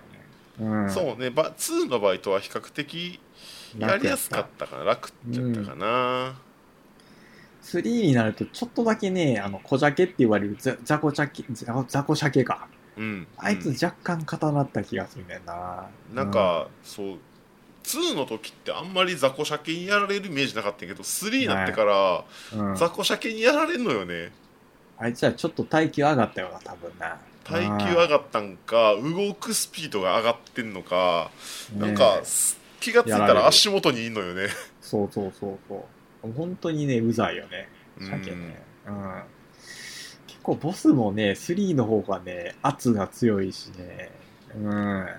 ね。うん。
そうねば2のバイトは比較的やりやすかったかな楽だったかな
た。3になると、ちょっとだけね、あの、小鮭って言われるザ、ザコ鮭、ザコザコ鮭か。
うん
あいつ若干固まった気がするんだよな。
なんか、そう2の時ってあんまり雑魚鮭にやられるイメージなかったんやけど3になってから
うん、うん
雑魚鮭にやられんのよね
あいつはちょっと耐久上がったよな、多分な。
耐久上がったんか動くスピードが上がってんのか
うん
なん
ね
か
え
す気がついた
やられ
ら
る
足元にいんのよね
そうそうそうそう。本当にね、うざいよね。鮭ね。うん。結構ボスもね、3の方がね、圧が強いしね。うん。
う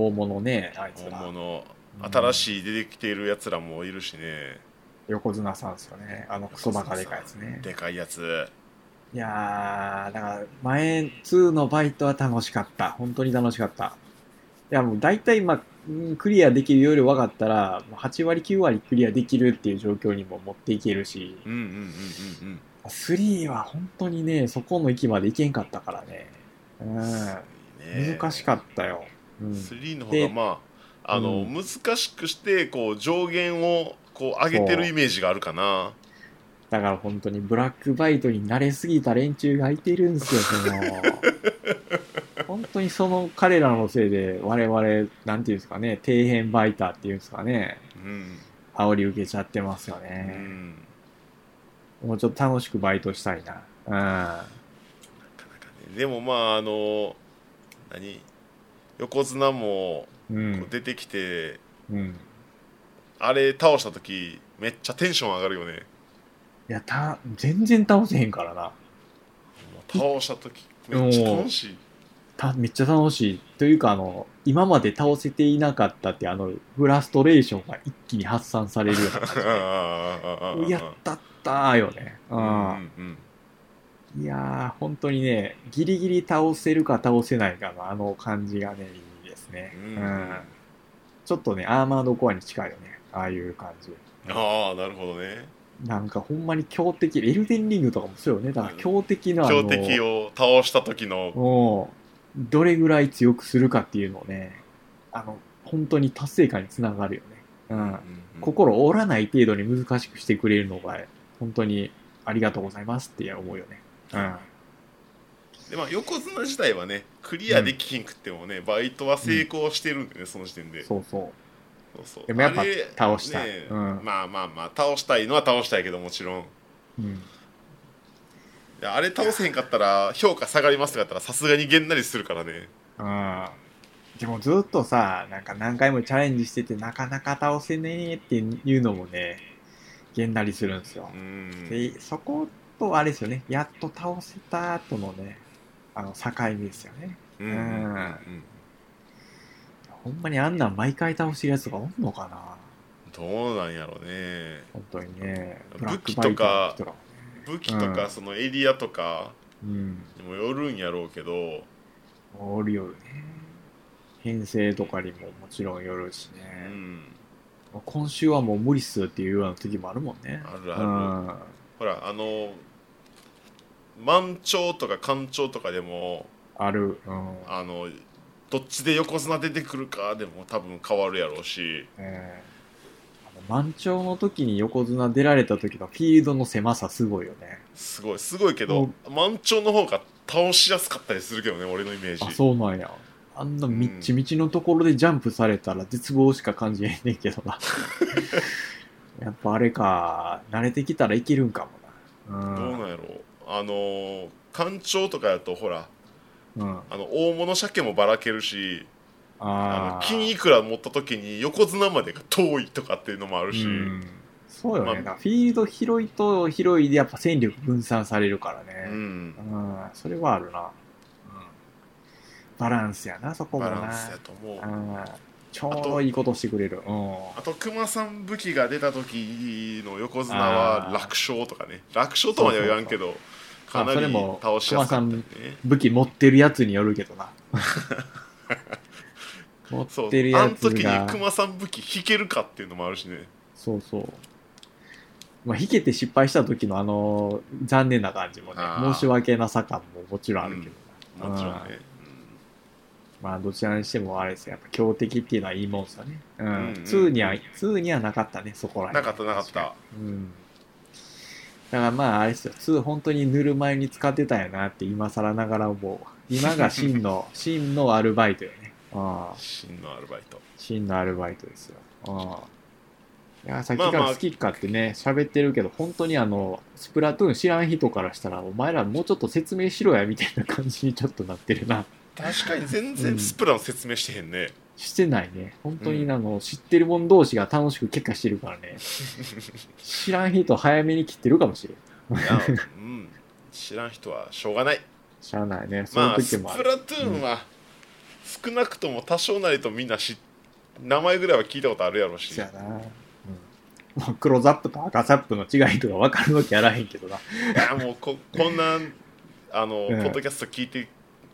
大物ね、あいつ
ん、
ら
本。物
うん
新しい出てきているやつらもいるしね
横綱さんですよね。あのクソバカでかいですね。
でかいやつ
いやー、だから前2のバイトは楽しかった。本当に楽しかった。いやもう大体まあ、うんクリアできるより分かったら、もう8割9割クリアできるっていう状況にも持っていけるし、
うんうんうんうんうん
3は本当にね、そこの域までいけんかったからね。うん。難しかったよ。うん。
3の方が
で
まああの、
うん
難しくしてこう上限をこう上げてるイメージがあるかな
だから本当にブラックバイトに慣れすぎた連中がいてるんですよ、そ の。本当にその彼らのせいで我々、なんていうんですかね、底辺バイターっていうんですかね、
うん、
煽り受けちゃってますよ
う
ね。
ん、
もうちょっと楽しくバイトしたいな。
なかなかねでもまああの何横綱も
うん。う。
こうん出てきて、
うん。
あれ倒した時めっちゃテンション上がるよね
いや、た、全然倒せへんからな。
もう倒した時めっちゃ楽しい
た、めっちゃ楽しい。というか、あの、今まで倒せていなかったって、あの、フラストレーションが一気に発散されるような 感じ
い
やったったーよね。う。
うんんうん
いやー、本当にね、ギリギリ倒せるか倒せないかのあの感じがね、いいですね。
うん
ちょっとね、アーマードコアに近いよね。ああいう感じ。
ああなるほどね
なんかほんまに強敵、エルデンリングとかもそうよね。だから強敵のあの、
強敵を倒した時の
をどれぐらい強くするかっていうのをね、あの、本当に達成感につながるよね。うん。心折らない程度に難しくしてくれるのが、本当にありがとうございますって思うよね。うん。
でまあ、横綱自体はねクリアできひんくってもね、バイトは成功してるんでねその時点で
そうそう。
そうそう
でもやっぱ
あれ
倒したい
ね
うん
まあまあまあ倒したいのは倒したいけどもちろん
うん、
いやあれ倒せへんかったら評価下がりますとかやったらさすがにげんなりするからね
うん、でもずっとさなんか何回もチャレンジしててなかなか倒せねえっていうのもねげんなりするんですよ
う、ん
でそことあれですよねやっと倒せたとのねあの境目ですよね
うんうんうん
ほんまにあんなん毎回倒してるやつがおんのかな
どうなんやろうね
本当にね
武器とか
ブラックバイトの人ら
武器と
う
か
ん
そのエリアとか
うん
にもよるんやろうけど
おるよね編成とかにももちろんよるし
う
ね、
ん
今週はもう無理っすっていうような時もあるもんね
あるあ
る
ほらあの満潮とか干潮とかでも
ある、うん
あのどっちで横綱出てくるかでも多分変わるやろうし
えーあの満潮の時に横綱出られた時のフィールドの狭さすごいよね
すごいすごいけど満潮の方が倒しやすかったりするけどね俺のイメージ
あそうなんやあんなみっちみちのところでジャンプされたら絶望しか感じへんねんけど なやっぱあれか慣れてきたらいけるんかもな
どうなんやろうあの干潮とかやとほら
うん、うん、
あの大物鮭もばらけるしあ
あ
の
ー
金いくら持った時に横綱までが遠いとかっていうのもあるし、
うんそうよね、
まあ
だからフィールド広いと広いでやっぱ戦力分散されるからね、
うん
うん、それはあるな。バランスやな、そこも
バ
な。
ランスやと思う
うんちょうどいいことしてくれる。うん。
あと熊さん武器が出た時の横綱は
あー
楽勝とかね楽勝とまでは言わんけど
そうそうそう
かなり
まあそれも
倒しやすかったりね
武器持ってるやつによるけ どな。持っ
そう
てるや
あの
つ
時に
が。
熊さん武器引けるかっていうのもあるしね
そうそう。まあ、引けて失敗した時のあの、残念な感じもね
あ、ー
申し訳なさ感ももちろんあるけどな、
もちろん
う
ね、
まあ、どちらにしてもあれですよ。やっぱ強敵っていうのはいいもんですよね。うん。
んうん
2には、2にはなかったね、そこら
うん
へん
なかったなかった
うんだからまああれですよ2本当にぬるま湯に使ってたんやなって今更ながら思う今が真 の真のアルバイトよねああ
真のアルバイト
真のアルバイトですよああいやさっきから好きかってね喋、ってるけど本当にあのスプラトゥーン知らん人からしたらお前らもうちょっと説明しろやみたいな感じにちょっとなってるな
確かに全
う
然
ん
スプラの説明してへん ね、
してないね本当にあの、知ってる者同士が楽しく結果してるからね知らん人早めに切ってるかもしれん
いやうん知らん人はしょうがない
しゃあないね。そ
ま
の
あ
時
ス
もあ
プ
る。
ラトゥーンは少なくとも多少なりとみんな知っ名前ぐらいは聞いたことあるやろうし
そうやな。うんまあ、黒ザップと赤ザップの違いとか分かるわけやらへんけどな。
いやもうこ こんなあの、
うん
ポッドキャスト聞いて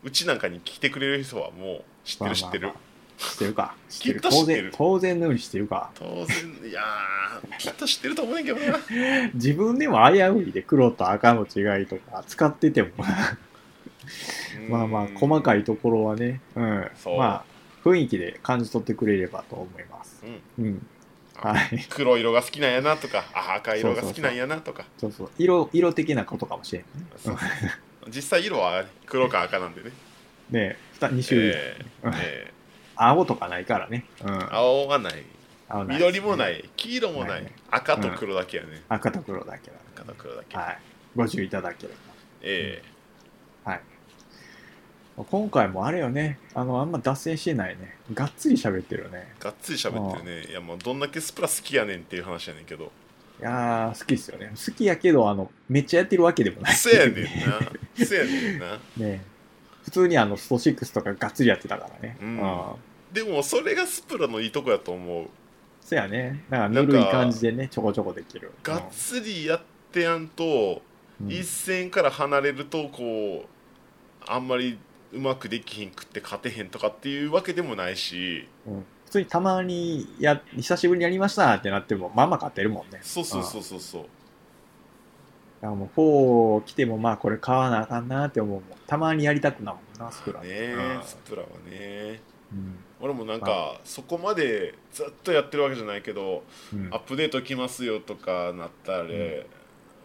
うちなんかに来てくれる人はもう知ってる知ってる、
まあまあまあ知ってるか。知ってる。
きっと知
当
ってる
然、当然のように知ってるか。
当然いやーきっと知ってると思うねんけどな
自分でも危ういで黒と赤の違いとか使ってても、 まあまあ、細か
い、
いところはね、うん。
そう
まあ、雰囲気で感じ取ってくれればと思います。
うん
うん。
あ
はい。
黒色が好きなんやなとかあ赤色が好きなんやなとか
そうそう。色、色的なことかもしれんね。
そうそう実際色は黒か赤なんでね、
ねえ、2種類、
えーえ
青とかないからね。うん
ー。青はない
青ない
緑もない黄色もな、
ないいね
赤と黒だけやね、
赤と黒だけだ、ね、
赤と黒だけ、
はいご注意いただけれ
え
ば今回もあれよねあのあんま脱線してないねがっつり喋ってるよね
ー、がっつり喋ってるねいやもうどんだけスプラ好きやねんっていう話やねんけど
いやー好きっすよね好きやけどあのめっちゃやってるわけでもな い
せやねんな。せやねんな。
ね普通にあのスト6とかがっつりやってたからね
う
うんん、
でもそれがスプラのいいとこやと思う。
そやねだからぬるい感じでねちょこちょこできる
がっつりやってやんと、
うん
一線から離れるとこうあんまりうまくできひんくって勝てへんとかっていうわけでもないし、
うん普通にたまにや久しぶりにやりましたってなってもまあまあ勝てるもんね
そうそうそうそうそう。
だからもう4来てもまあこれ買わなあかんなって思うもんたまにやりたくなるもんなスプラ
ねえ
うん
スプラはね
うん
俺もなんかそこまでずっとやってるわけじゃないけど
うん
アップデート来ますよとかなったら、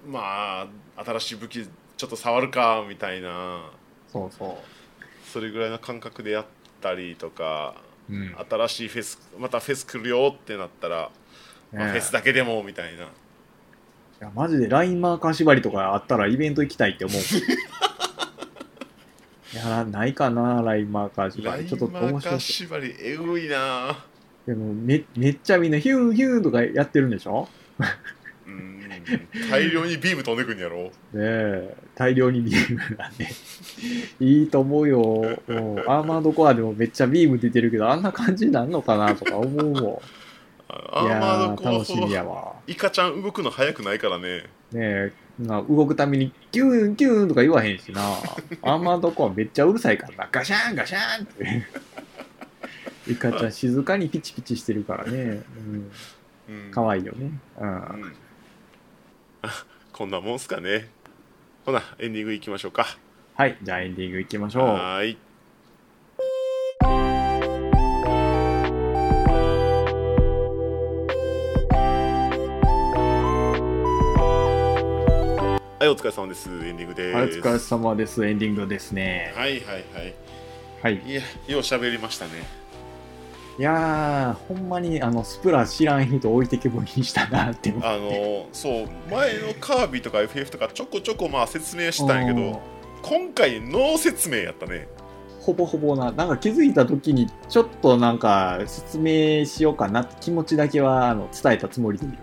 まあ新しい武器ちょっと触るかみたいな
そうそ
それぐらいの感覚でやったりとか
う、うん
新しいフェスまたフェス来るよってなったら、まあ
ね
フェスだけでもみたいない
やマジでラインマーカー縛りとかあったらイベント行きたいって 思ういやないかなラインマーカー縛
ライ
り
ン
ちょっと
マーカ
面白
ー
い
縛りえぐいな
でもめめっちゃみんなヒュンヒュンとかやってるんでしょ
うん大量にビーム飛んでくんやろ
ねえ大量にビームが ねいいと思うようんアーマードコアでもめっちゃビーム出てるけどあんな感じになるのかなとか思うも
あ
ん い
アーマ
や
ード
ー
コア
楽し
ほ
みや
ど
わ
イカちゃん動くの早くないからね
ねえな動くためにキューンキューンとか言わへん しなアーマードコアめっちゃうるさいからなガシャンガシャンってイカちゃん静かにピチピチしてるからね、うん、
うん
かわいいよね、うん
うん あこんなもんすかねほなエンディングいきましょうか
はいじゃあエンディングいきましょう
はーいはいお疲れ様ですエンディングです
はいお疲れ様ですエンディングですね
はいはいはい
はい
いやよう喋りましたね
いやー、ほんまにあのスプラ知らん人置いてけぼりにしたなって思って
あの そう前のカービィとか FF とかちょこちょこまあ説明したんやけ
うん
ど今回ノー説明やったね
ほぼほぼな、なんか気づいた時に、ちょっとなんか説明しようかなって気持ちだけはあの伝えたつもりでいる。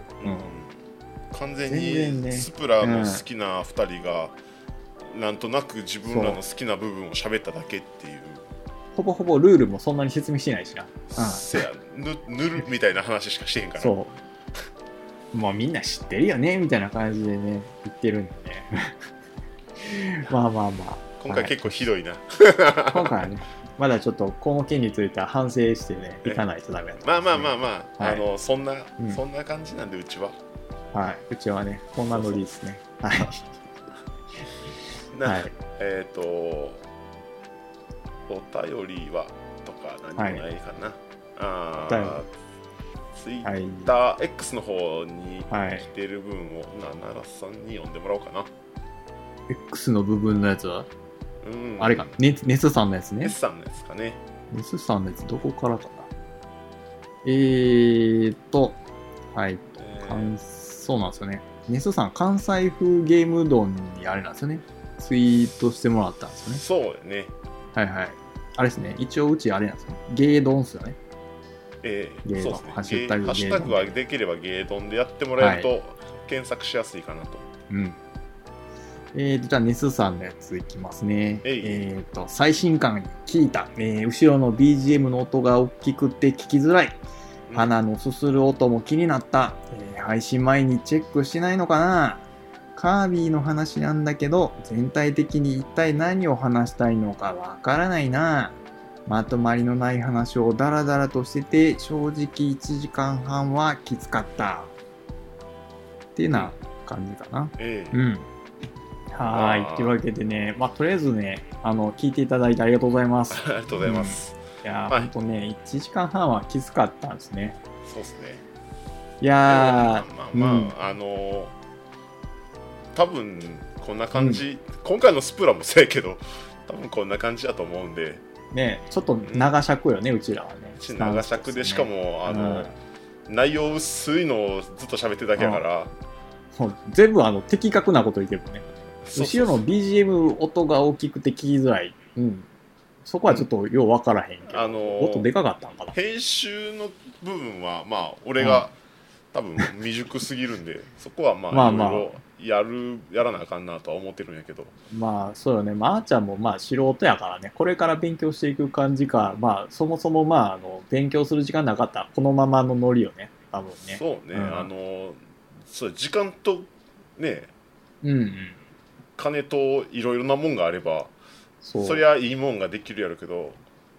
完全
全然
に
ね
スプラの好きな2人が、なんとなく自分らの好きな部分を喋っただけっていう
ほぼほぼルールもそんなに説明してないしな。
せやぬぬるみたいな話しかしてへんから
そう。もうみんな知ってるよね、みたいな感じでね、 言ってるんでね。まあまあま
今回結構ひどいな、
あ、今回はね、まだちょっとこの件については反省してね、いかないとダメだ と
ま
思
あ
い
まあ
すね
まあまあ、
はい
あのそんな、
うん
そんな感じなんでうちは
はい、うちはね、こんなノリですね。はい。
な、
はい
えっ、とお便りはとか何もないかな、ああツイ
はい
ッター X の方に
はい
来てる分を、な奈良さんに読んでもらおうかな
X の部分のやつは、
うん
あれかな、ネネスさんのやつね
S。さんですかね。
ネスさんのやつどこからかな。えーっと、はい、
えー
かんそうなんですよね。ネスさん、関西風ゲーム丼にあれなんですよね。ツイートしてもらったんですよね。
そうだね。
はいはい。あれですね、一応うちあれなんですよね。ゲー丼っすよね。
えー
ゲー
そ
ドン
うですね。
ハッシュタグ
ゲーハッシュタグ
ゲード
は
ン
できればゲードンでやってもらえると検索しやすいかなと。
うん。えーと、じゃあ、ネスさんのやついきますね。
えい
えーと、最新刊に聞いた、えー後ろの BGM の音が大きくて聞きづらい。
うん
花のすする音も気になった、えー配信前にチェックしてないのかなカービィの話なんだけど全体的に一体何を話したいのかわからないなまとまりのない話をダラダラとしてて正直1時間半はきつかったっていうな感じかな
えー
うんは
あ
ー
ー
いというわけでねまあとりあえずねあの聞いていただいてありがとうございます
ありがとうございます。
いやー、
はい
ほんとね1時間半はきつかったんですね
そうですね。
いや
まあ
ー、
まあ、
うん
あのー多分こんな感じ、今回のスプラもそうやけど多分こんな感じだと思うんで
ね、ちょっと長尺よね、うちらはね
うち。長尺でしかも、あの
うん
内容薄いのをずっと喋ってるだけやから
もう全部あの的確なこと言ってもね、
そうそ
後
うそ
ろ
う
の BGM 音が大きくて聞きづらい、うん、そこはちょっとようわからへんけど、
あのー
音でかかったんかな。
編集の部分はまあ俺が、多分未熟すぎるんで そこはまあ
まあまあ
いろいろやるやらなあかんなとは思ってるんやけど
まあ、そうよね、まあ、あーちゃんもまあ素人やからね、これから勉強していく感じか、まあ、そもそもまああの勉強する時間なかった、このままのノリよね、多分ね。
そうね、
うん
あのそう時間とね
うんうん、
金といろいろなもんがあれば
そう
そりゃいいもんができるやろうけど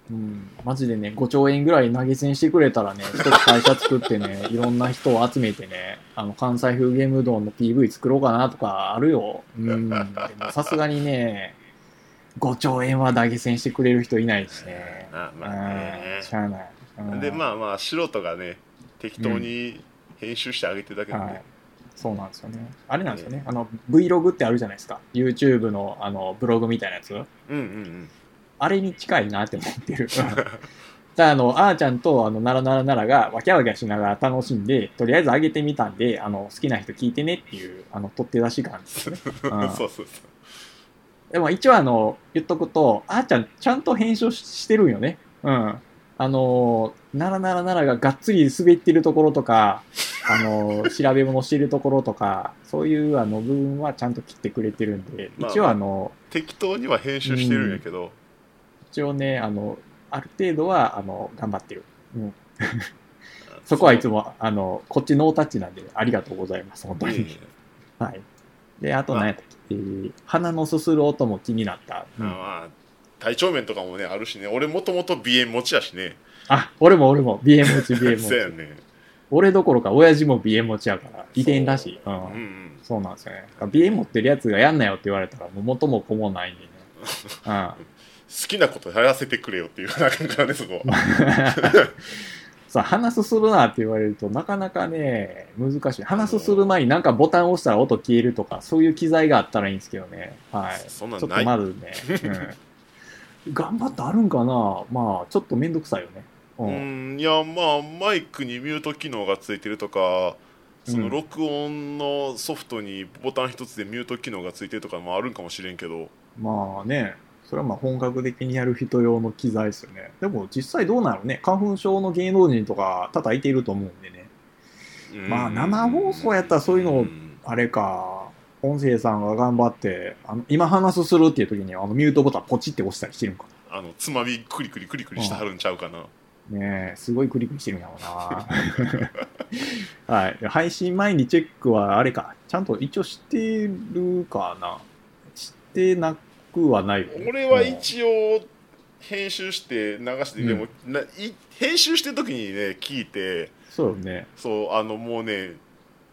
うん、マジでね、5兆円ぐらい投げ銭してくれたら ね、一つ会社作ってね、いろんな人を集めてね、あの、関西風ゲームうどんの PV 作ろうかなとかあるよ。うん。でもさすがにね、5兆円は投げ銭してくれる人いないしね。
あまあね
うんしゃあない。うん
でまあまあ素人がね適当に編集してあげてるだけなんで、
はい、そうなんですよね。あれなんですよね。あの、Vlog ってあるじゃないですか。YouTube のあのブログみたいなやつ。
うんうん
あれに近いなって思ってる。だあの、あーちゃんと、あの、ならならならが、わきゃわきゃしながら楽しんで、とりあえず上げてみたんで、あの、好きな人聞いてねっていう、あの、取って出し感です よね。
うん、
うん
そうそうそう
でも一応あの、言っとくと、あーちゃん、ちゃんと編集ししてるんよね。うん。あのー、ならならならががっつり滑ってるところとか、あのー、調べ物してるところとか、そういうあの部分はちゃんと切ってくれてるんで、
まあ
一応あの、
適当には編集してるんやけど、
一応ね、あの、ある程度は、あの、頑張ってる。そこはいつ
も
も、あの、こっちノータッチなんで、ありがとうございます、本当に。はい。で、あと何やったっけ、えー鼻のすする音も気になった。うん
まあ体調面とかもねあるしね俺もともと鼻炎持ちやしね
あ、俺も俺も、BM 持ち、BM 持
そうや
ち。
ね
俺どころか、親父も BM 持ちやから、遺伝らしい。う。
うんうんん
そうなんですよね。だから BM 持ってるやつがやんなよって言われたら、もう元も子もないん でね。うん。
好きなことやらせてくれよっていうな感からねそこは
さあ、話すするなって言われると、なかなかね、難しい。話すする前になんかボタンを押したら音消えるとか、そういう機材があったらいいんですけどね。 はい。
そんなん
ちょっ
な
と
い
まずね、うん、頑張ってあるんかなまあ、ちょっとめんどくさいよね。う。
うんんいやまあマイクにミュート機能がついてるとかそ
うん
の録音のソフトにボタン一つでミュート機能がついてるとかもあるんかもしれんけど
まあね、それはまあ本格的にやる人用の機材ですよね。でも実際どうなのね、花粉症の芸能人とか叩いていると思うんでね。まあ生放送やったらそういうのを
ん
あれか、音声さんが頑張って、あの今話すするっていう時にあのミュートボタンポチって押したりしてるんか
あのつまみクリクリクリクリしてはるんちゃうかな
な。ねえ、すごいクリクリしてるんやろうな。はい。配信前にチェックはあれか、ちゃんと一応してるかな。してなくはないよね、
俺は一応編集して流してでも、ない編集してる時にね聞いて
うんそうよね。
そうあのもうね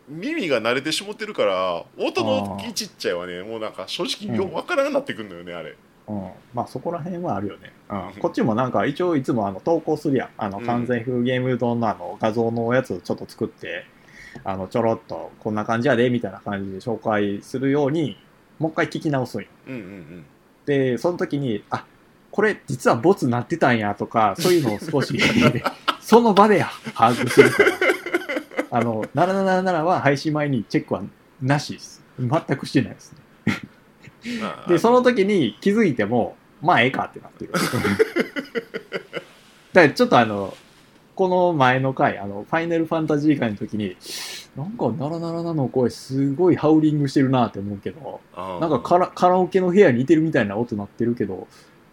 耳が慣れてしもってるから音の大きいちっちゃいはねもうなんか正直よ
うん
分からなくなってくるのよね、あれ
うん、まあそこら辺はあるよね。うん、こっちもなんか一応いつもあの投稿するやん。あの
うん
完全風ゲーム丼のあの画像のやつをちょっと作って、あのちょろっとこんな感じやでみたいな感じで紹介するように、もう一回聞き直すんよ。
うんうんうん
で、その時に、あ、これ実はボツなってたんやとか、そういうのを少し、その場で把握するから。あの、ならならならは配信前にチェックはなしです。全くしてないですね。
まあ
で、その時に気づいても、まあ、ええかってなってる。だ からちょっとあの、この前の回、あの、ファイナルファンタジー回の時に、なんか、ならならなの声、すごいハウリングしてるなって思うけど、
あー
なんかカラカラオケの部屋にいてるみたいな音なってるけど、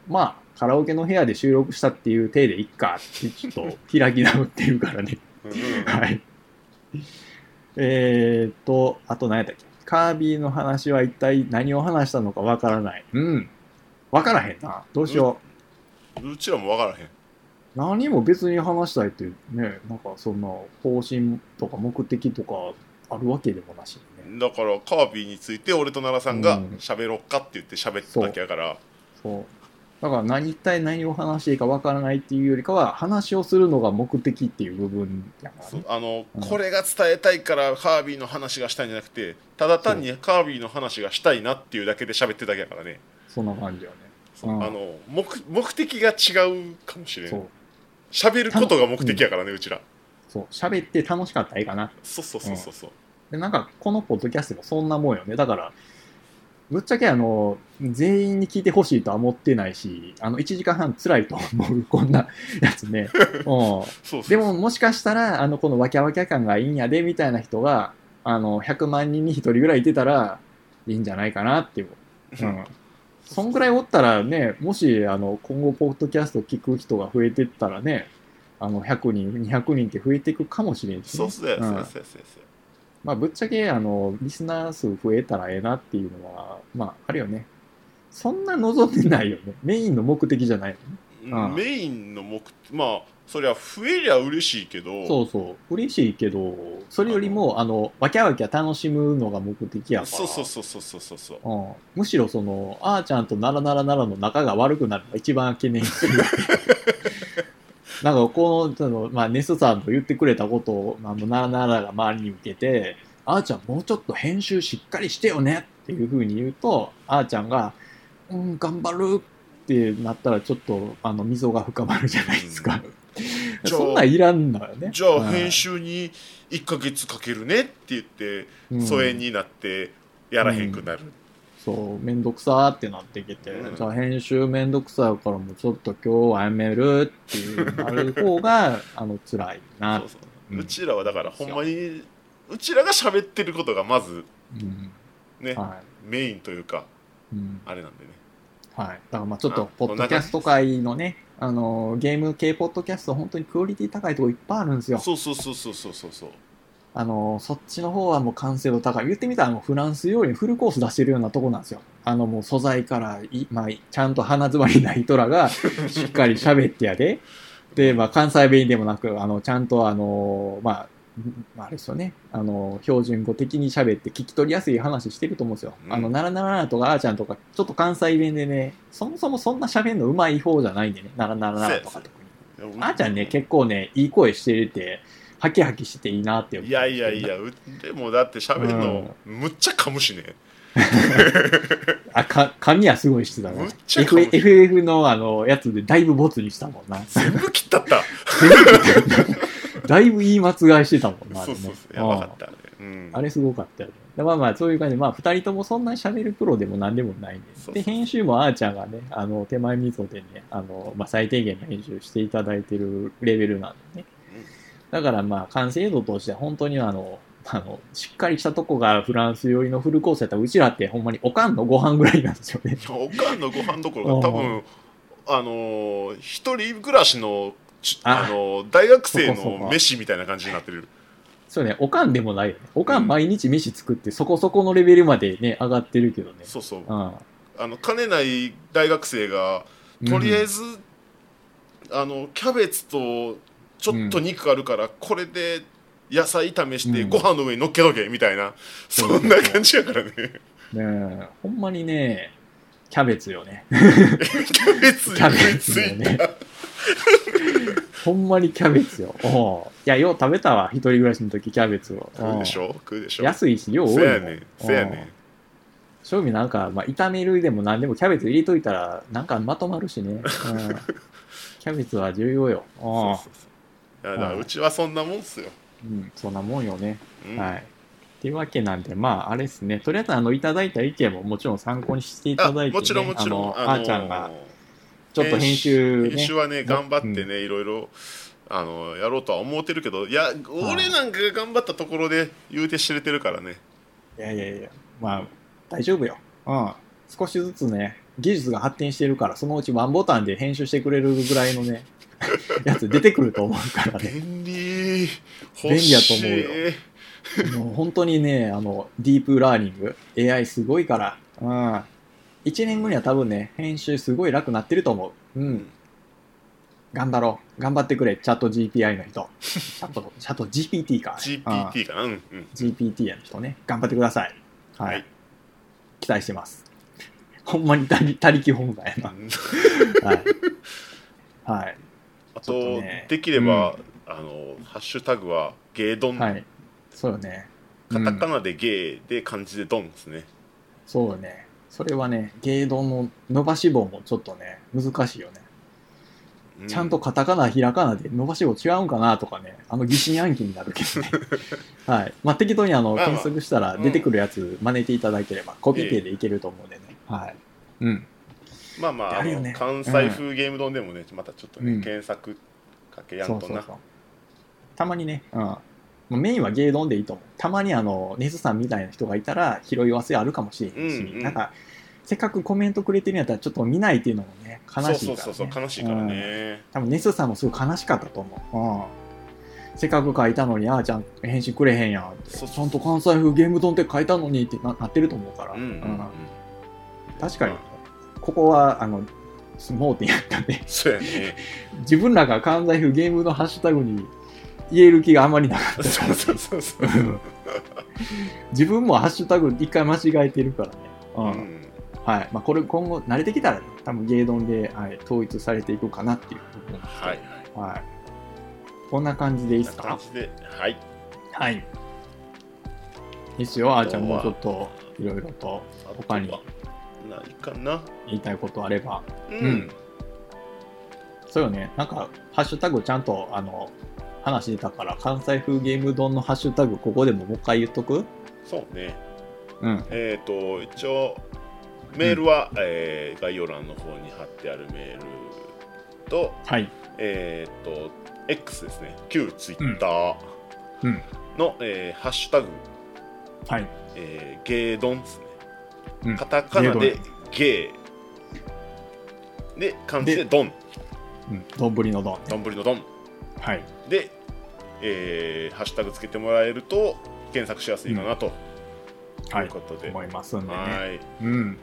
まあ、カラオケの部屋で収録したっていう体でいっかって、ちょっと開き直ってるから ね。
うんうん
はい。えーっと、あと何やったっけカービィの話は一体何を話したのかわからない。うん。わからへんな。どうしよ
うちらも分からへん
う。何も別に話したいっていうね、なんかそんな方針とか目的とかあるわけでもなしにね。
だからカービィについて俺と奈良さんが
うん
喋ろっかって言って喋っただけやから、
そう。だから何一体何を話していいかわからないっていうよりかは、話をするのが目的っていう部分やから
そ
ね
う。あの、
うん
これが伝えたいからカービィの話がしたいんじゃなくてただ単にカービィの話がしたいなっていうだけで喋ってるだけやからね、
そんな感じよね。
そう
うん
あの目目的が違うかもしれ
そ
ん
う。
喋ることが目的やからね、うちら
そう。喋って楽しかったらいいかな。
そうそうそうそうそう、
で、なんか、このポッドキャストもそんなもんよね。だから、ぶっちゃけあの、全員に聞いてほしいとは思ってないし、あの、1時間半辛いと思う、こんなやつ ね。う。
そうそうん
でも、もしかしたら、あの、このワキャワキャ感がいいんやで、みたいな人が、あの、100万人に1人ぐらいいてたら、いいんじゃないかなっていう。うん。そんぐらいおったらね、もし、あの、今後、ポッドキャスト聞く人が増えてったらね、あの、100人、200人って増えていくかもしれんし
そ
ね
うそうやそうや
うん
そうやそうやそうや
まあ、ぶっちゃけ、あの、リスナー数増えたらええなっていうのは、まあ、あるよね。そんな望んでないよね。メインの目的じゃないよね。うん
メインの目まあそりゃ増えりゃ嬉しいけど
そうそう嬉しいけどそれよりもあのわきゃわきゃ楽しむのが目的やから
そうそうそうそうそうそうそう
うん、むしろそのあーちゃんとならならならの仲が悪くなるのが一番懸念して るなんかこのその、まあ、ネスさんと言ってくれたことを、まあ、ならならが周りに向けてあーちゃんもうちょっと編集しっかりしてよねっていうふうに言うとあーちゃんが「うん頑張る」ってなったらちょっとあの溝が深まるじゃないですか、
うん
そんなんいらんのよね
じゃあ編、集に1か月かけるねって言って
うん
疎遠になってやらへんくなる、
そう、めんどくさーってなってきて、
うん
じゃあ編集めんどくさいからもうちょっと今日はやめるっていうなる方 が、あの、辛いな。
そう
う
そう
うん
うちらはだからほんまにうちらが喋ってることがまず
ん。
ね
は
メインというか
い。うん。
あれなんでね
はい。だからまあちょっ
あ
と、ポッドキャスト界のね、あの、ゲーム系ポッドキャスト、本当にクオリティ高いとこいっぱいあるんですよ。
そうそうそうそうそうそうそう
あの、そっちの方はもう完成度高い。言ってみたらもうフランス料理にフルコース出してるようなとこなんですよ。あの、もう素材からい、まあ、ちゃんと鼻詰まりないト ラが、しっかり喋ってやで。で、まあ、関西弁でもなく、あの、ちゃんとあの、まあ、んまあ、あれですよね。あの、標準語的に喋って聞き取りやすい話してると思うんですよ。
うん
あの、ならならなとか、あーちゃんとか、ちょっと関西弁でね、そもそもそんな喋んの上手い方じゃないんでね。ならならならとか特に。
いや
あーちゃんね、結構ね、いい声してて、ハキハキしてていいなって思う
いやいやいや、うでもだって喋るの、むっちゃ噛むしね。
あ、か、髪はすごいしてたね
むっ。ちゃか
F
ぶってる
FF のあの、やつでだいぶボツにしたもんな。
全部切った った。
だいぶ言い間違いしてたもんな。あ
そ
れ
う
ね
そうそう。やばかった。あれうん
うんあれすごかったよね。でまあまあ、そういう感じで、まあ、二人ともそんなに喋るプロでも何でもないんで
そうそう
で、編集もあーちゃんがね、あの、手前味噌でね、あの、まあ、最低限の編集していただいてるレベルなんでね
うん。
だからまあ、完成度として本当にあの、あの、しっかりしたとこがフランス寄りのフルコースやったら、うちらってほんまにおかんのご飯ぐらいなんですよね。
おかんのご飯どころか、多
う
分あのー、一人暮らしの、ち
あ
あのー、大学生
そうかそう
の
か
飯みたいな感じになってる。
そうね、おかんでもないよね。おかん毎日飯作って、そこそこのレベルまでね、上がってるけどね。
そうそう。
うん。
あの、兼ねない大学生が、とりあえ
ず、
ず、あの、キャベツと、ちょっと肉あるから、これで、野菜炒めして、
うん
ご飯の上に乗っけとけ、みたいな、
そう
そ
そ
ん
うそ
な
う
感じやからね。
ねえほんまにね、キャベツよね。
キャベツに
キャ
食い
ベ
つ
ツよ
い
ね。 ほんまにキャベツよ。おういや、よう食べたわ、一人暮らしの時キャベツを。
食うでし
おう
ょ食うでしょ
安いし、量多いも
せ
ん。
やねんせやね
おうん正味なんか、まあ、炒めるでも何でもキャベツ入れといたら、なんかまとまる しね。うんキャベツは重要よ。おう
そうそうそういやだから
うん
うちはそんなもんっすよ、
うん、そんなもんよね。
うん
はい。っていうわけなんで、まあ、あれですね。とりあえず、あの、いただいた意見ももちろん参考にしてい
あ
ただいて、ね。
もちろんもちろん
あの、あーちゃんが、ちょっと編
編集
集、ね。
編集はね頑張ってね、いろいろあのやろうとは思うてるけどいや俺なんかが頑張ったところで言うて知れてるからね
いやいやいや、まあ、大丈夫よ。うん。少しずつね、技術が発展してるから、そのうちワンボタンで編集してくれるぐらいの ね、やつ出てくると思うからね。
便利
便利やと思うよ
欲しい
もう本当にね、あの、ディープラーニング、AI すごいから、うん。1年後には多分ね、編集すごい楽になってると思う。うん。頑張ろう。頑張ってくれ、チャット GPI の 人。チャット、チャット GPT か。うん
GPT かなうんうん、
GPT やの人ね、頑張ってください。はい。
はい
期待してます。ほんまに他 力他力本願やな。はい。はい。
あ
ちょ
と
っとね
できれば、あのハッシュタグはゲードン、
はい。そうよね。
カタカ
うん
ナでゲーで漢字でドンですね
そうよね。それはね、芸道の伸ばし棒もちょっとね、難しいよね。
う
ちゃんとカタカナ、ひらがなで伸ばし棒違うんかなとかね、あの疑心暗鬼になる けどね。はい。まあ、適当にあ
まあ
の、
まあ
検索したら出てくるやつ真似ていただければ、コピペでいけると思うんでね。はい。うん。
まあまあ
あるよね
あの関西風ゲーム丼でもね、またちょっとね、
うん
検索かけやんとな
うたまにね、うん、まあメインは芸ドンでいいと思うたまにあのネズさんみたいな人がいたら拾い忘れあるかもしれへんし、
うんうん
なんかせっかくコメントくれてるんやったらちょっと見ないっていうのもね悲しいから、ね、
そうそうそうそう悲しいからね、
多分ネスさんもすごい悲しかったと思う、うん、せっかく書いたのにあーちゃん返信くれへんやんって
そうそう
ちゃんと関西風ゲームドンって書いたのにってななってると思うから、
うんうんうん
うん確かにここはあの盲点やったんで、
そうやね
自分らが関西風ゲームのハッシュタグに言える気があんまりなかった。
そうそうそうそう、
自分もハッシュタグ一回間違えてるからね。う
うんん、
はい。まあ、これ今後慣れてきたら、多分ゲードンで、はい、統一されていくかなっていうところなんですけど
はいはい
はい。こんな感じでいい
こ
で
んな感
すか
じではい
はい。いいですよ。あーちゃん
今日
もう
は
ちょっと、いろいろと
あとは
他に
ないかな
言いたいことあれば。
うん、
んそうよね。なんか、ハッシュタグちゃんと、あの、話出たから、関西風ゲーム丼のハッシュタグ、ここでももう一回言っとく
そうね
うん。
えっ、と一応メールは、えー概要欄の方に貼ってあるメールと
はい。
えっ、と X ですね旧 Twitter
うんうん
の、えーハッシュタグ
はい。
えー、ゲードンですね、
うん
カタカナ
ゲ
でゲーで漢字でドン
うん。丼の丼。
丼のドン
はい。
で、えーハッシュタグつけてもらえると検索しやすいかなと
はいいう
ことで、
思いますんでね。
はい
うん。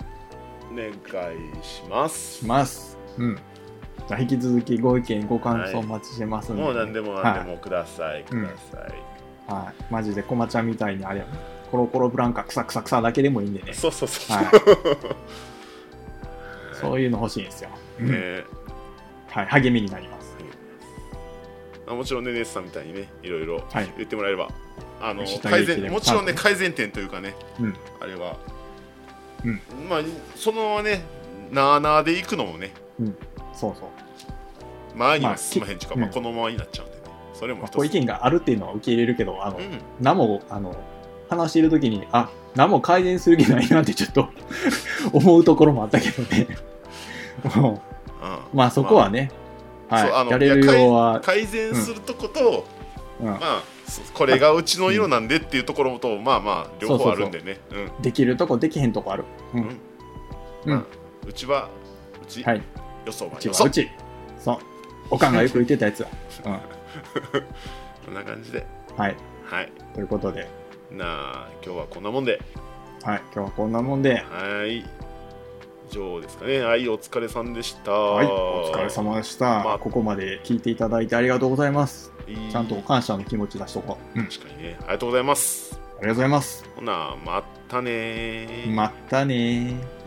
お願いします
します。うん。じゃあ引き続きご意見、ご感想お待ちしてますんで、ね
もう何でも何でもください、ください、
はい。はい。マジで、こまちゃんみたいにあれやねコロコロブランカ、クサクサクサだけでもいいんでね。
そうそうそう、
はいそういうの欲しいんですよ。
ね
うんはい。励みになります。
あもちろんねネスさんみたいにねいろいろ
はい。
言ってもらえればあの
下
改
劇で
善
も
もちろんね
多分
改善点というかね
うん。
あれは、
うん
まあそのままねなあなあで行くのもね
そうそう。
前には進まへんちゅうか、
ま
ま
あ
あ
き
このままになっちゃうんでねそれも
まあ、
一つ
ご意見があるっていうのは受け入れるけど、あの、
うん
何も、あの、話しているときに、あ、何も改善する気ないなってちょっと 思うところもあったけどね。も
うん
うまあそこはね、
そうあ
はい。
の
やれるようは、
改善するとこと、
うん、
まあそこれがうちの色なんでっていうところと、まあまあ両
そうそう
方
そう
あるんでねうん
できるとこできへんとこある。うん。
うん
うん。
まあうちはうち、
はい。
よそうは
ち
よ
は
そう
ち。そう。おかんがよく言ってたやつは。
こんな感じで
はい。
はい
ということで、
なあ今日はこんなもんで
はい。今日はこんなもんで、
はい以上ですかねはいお疲れさんでした
はい。お疲れ様でした。
まあ
ここまで聞いていただいてありがとうございます。
いい
ちゃんと感謝の気持ち出しとこう。うん。あり
確かにねありがとうございます
がとうございます。
ほなまたねー
まったねー。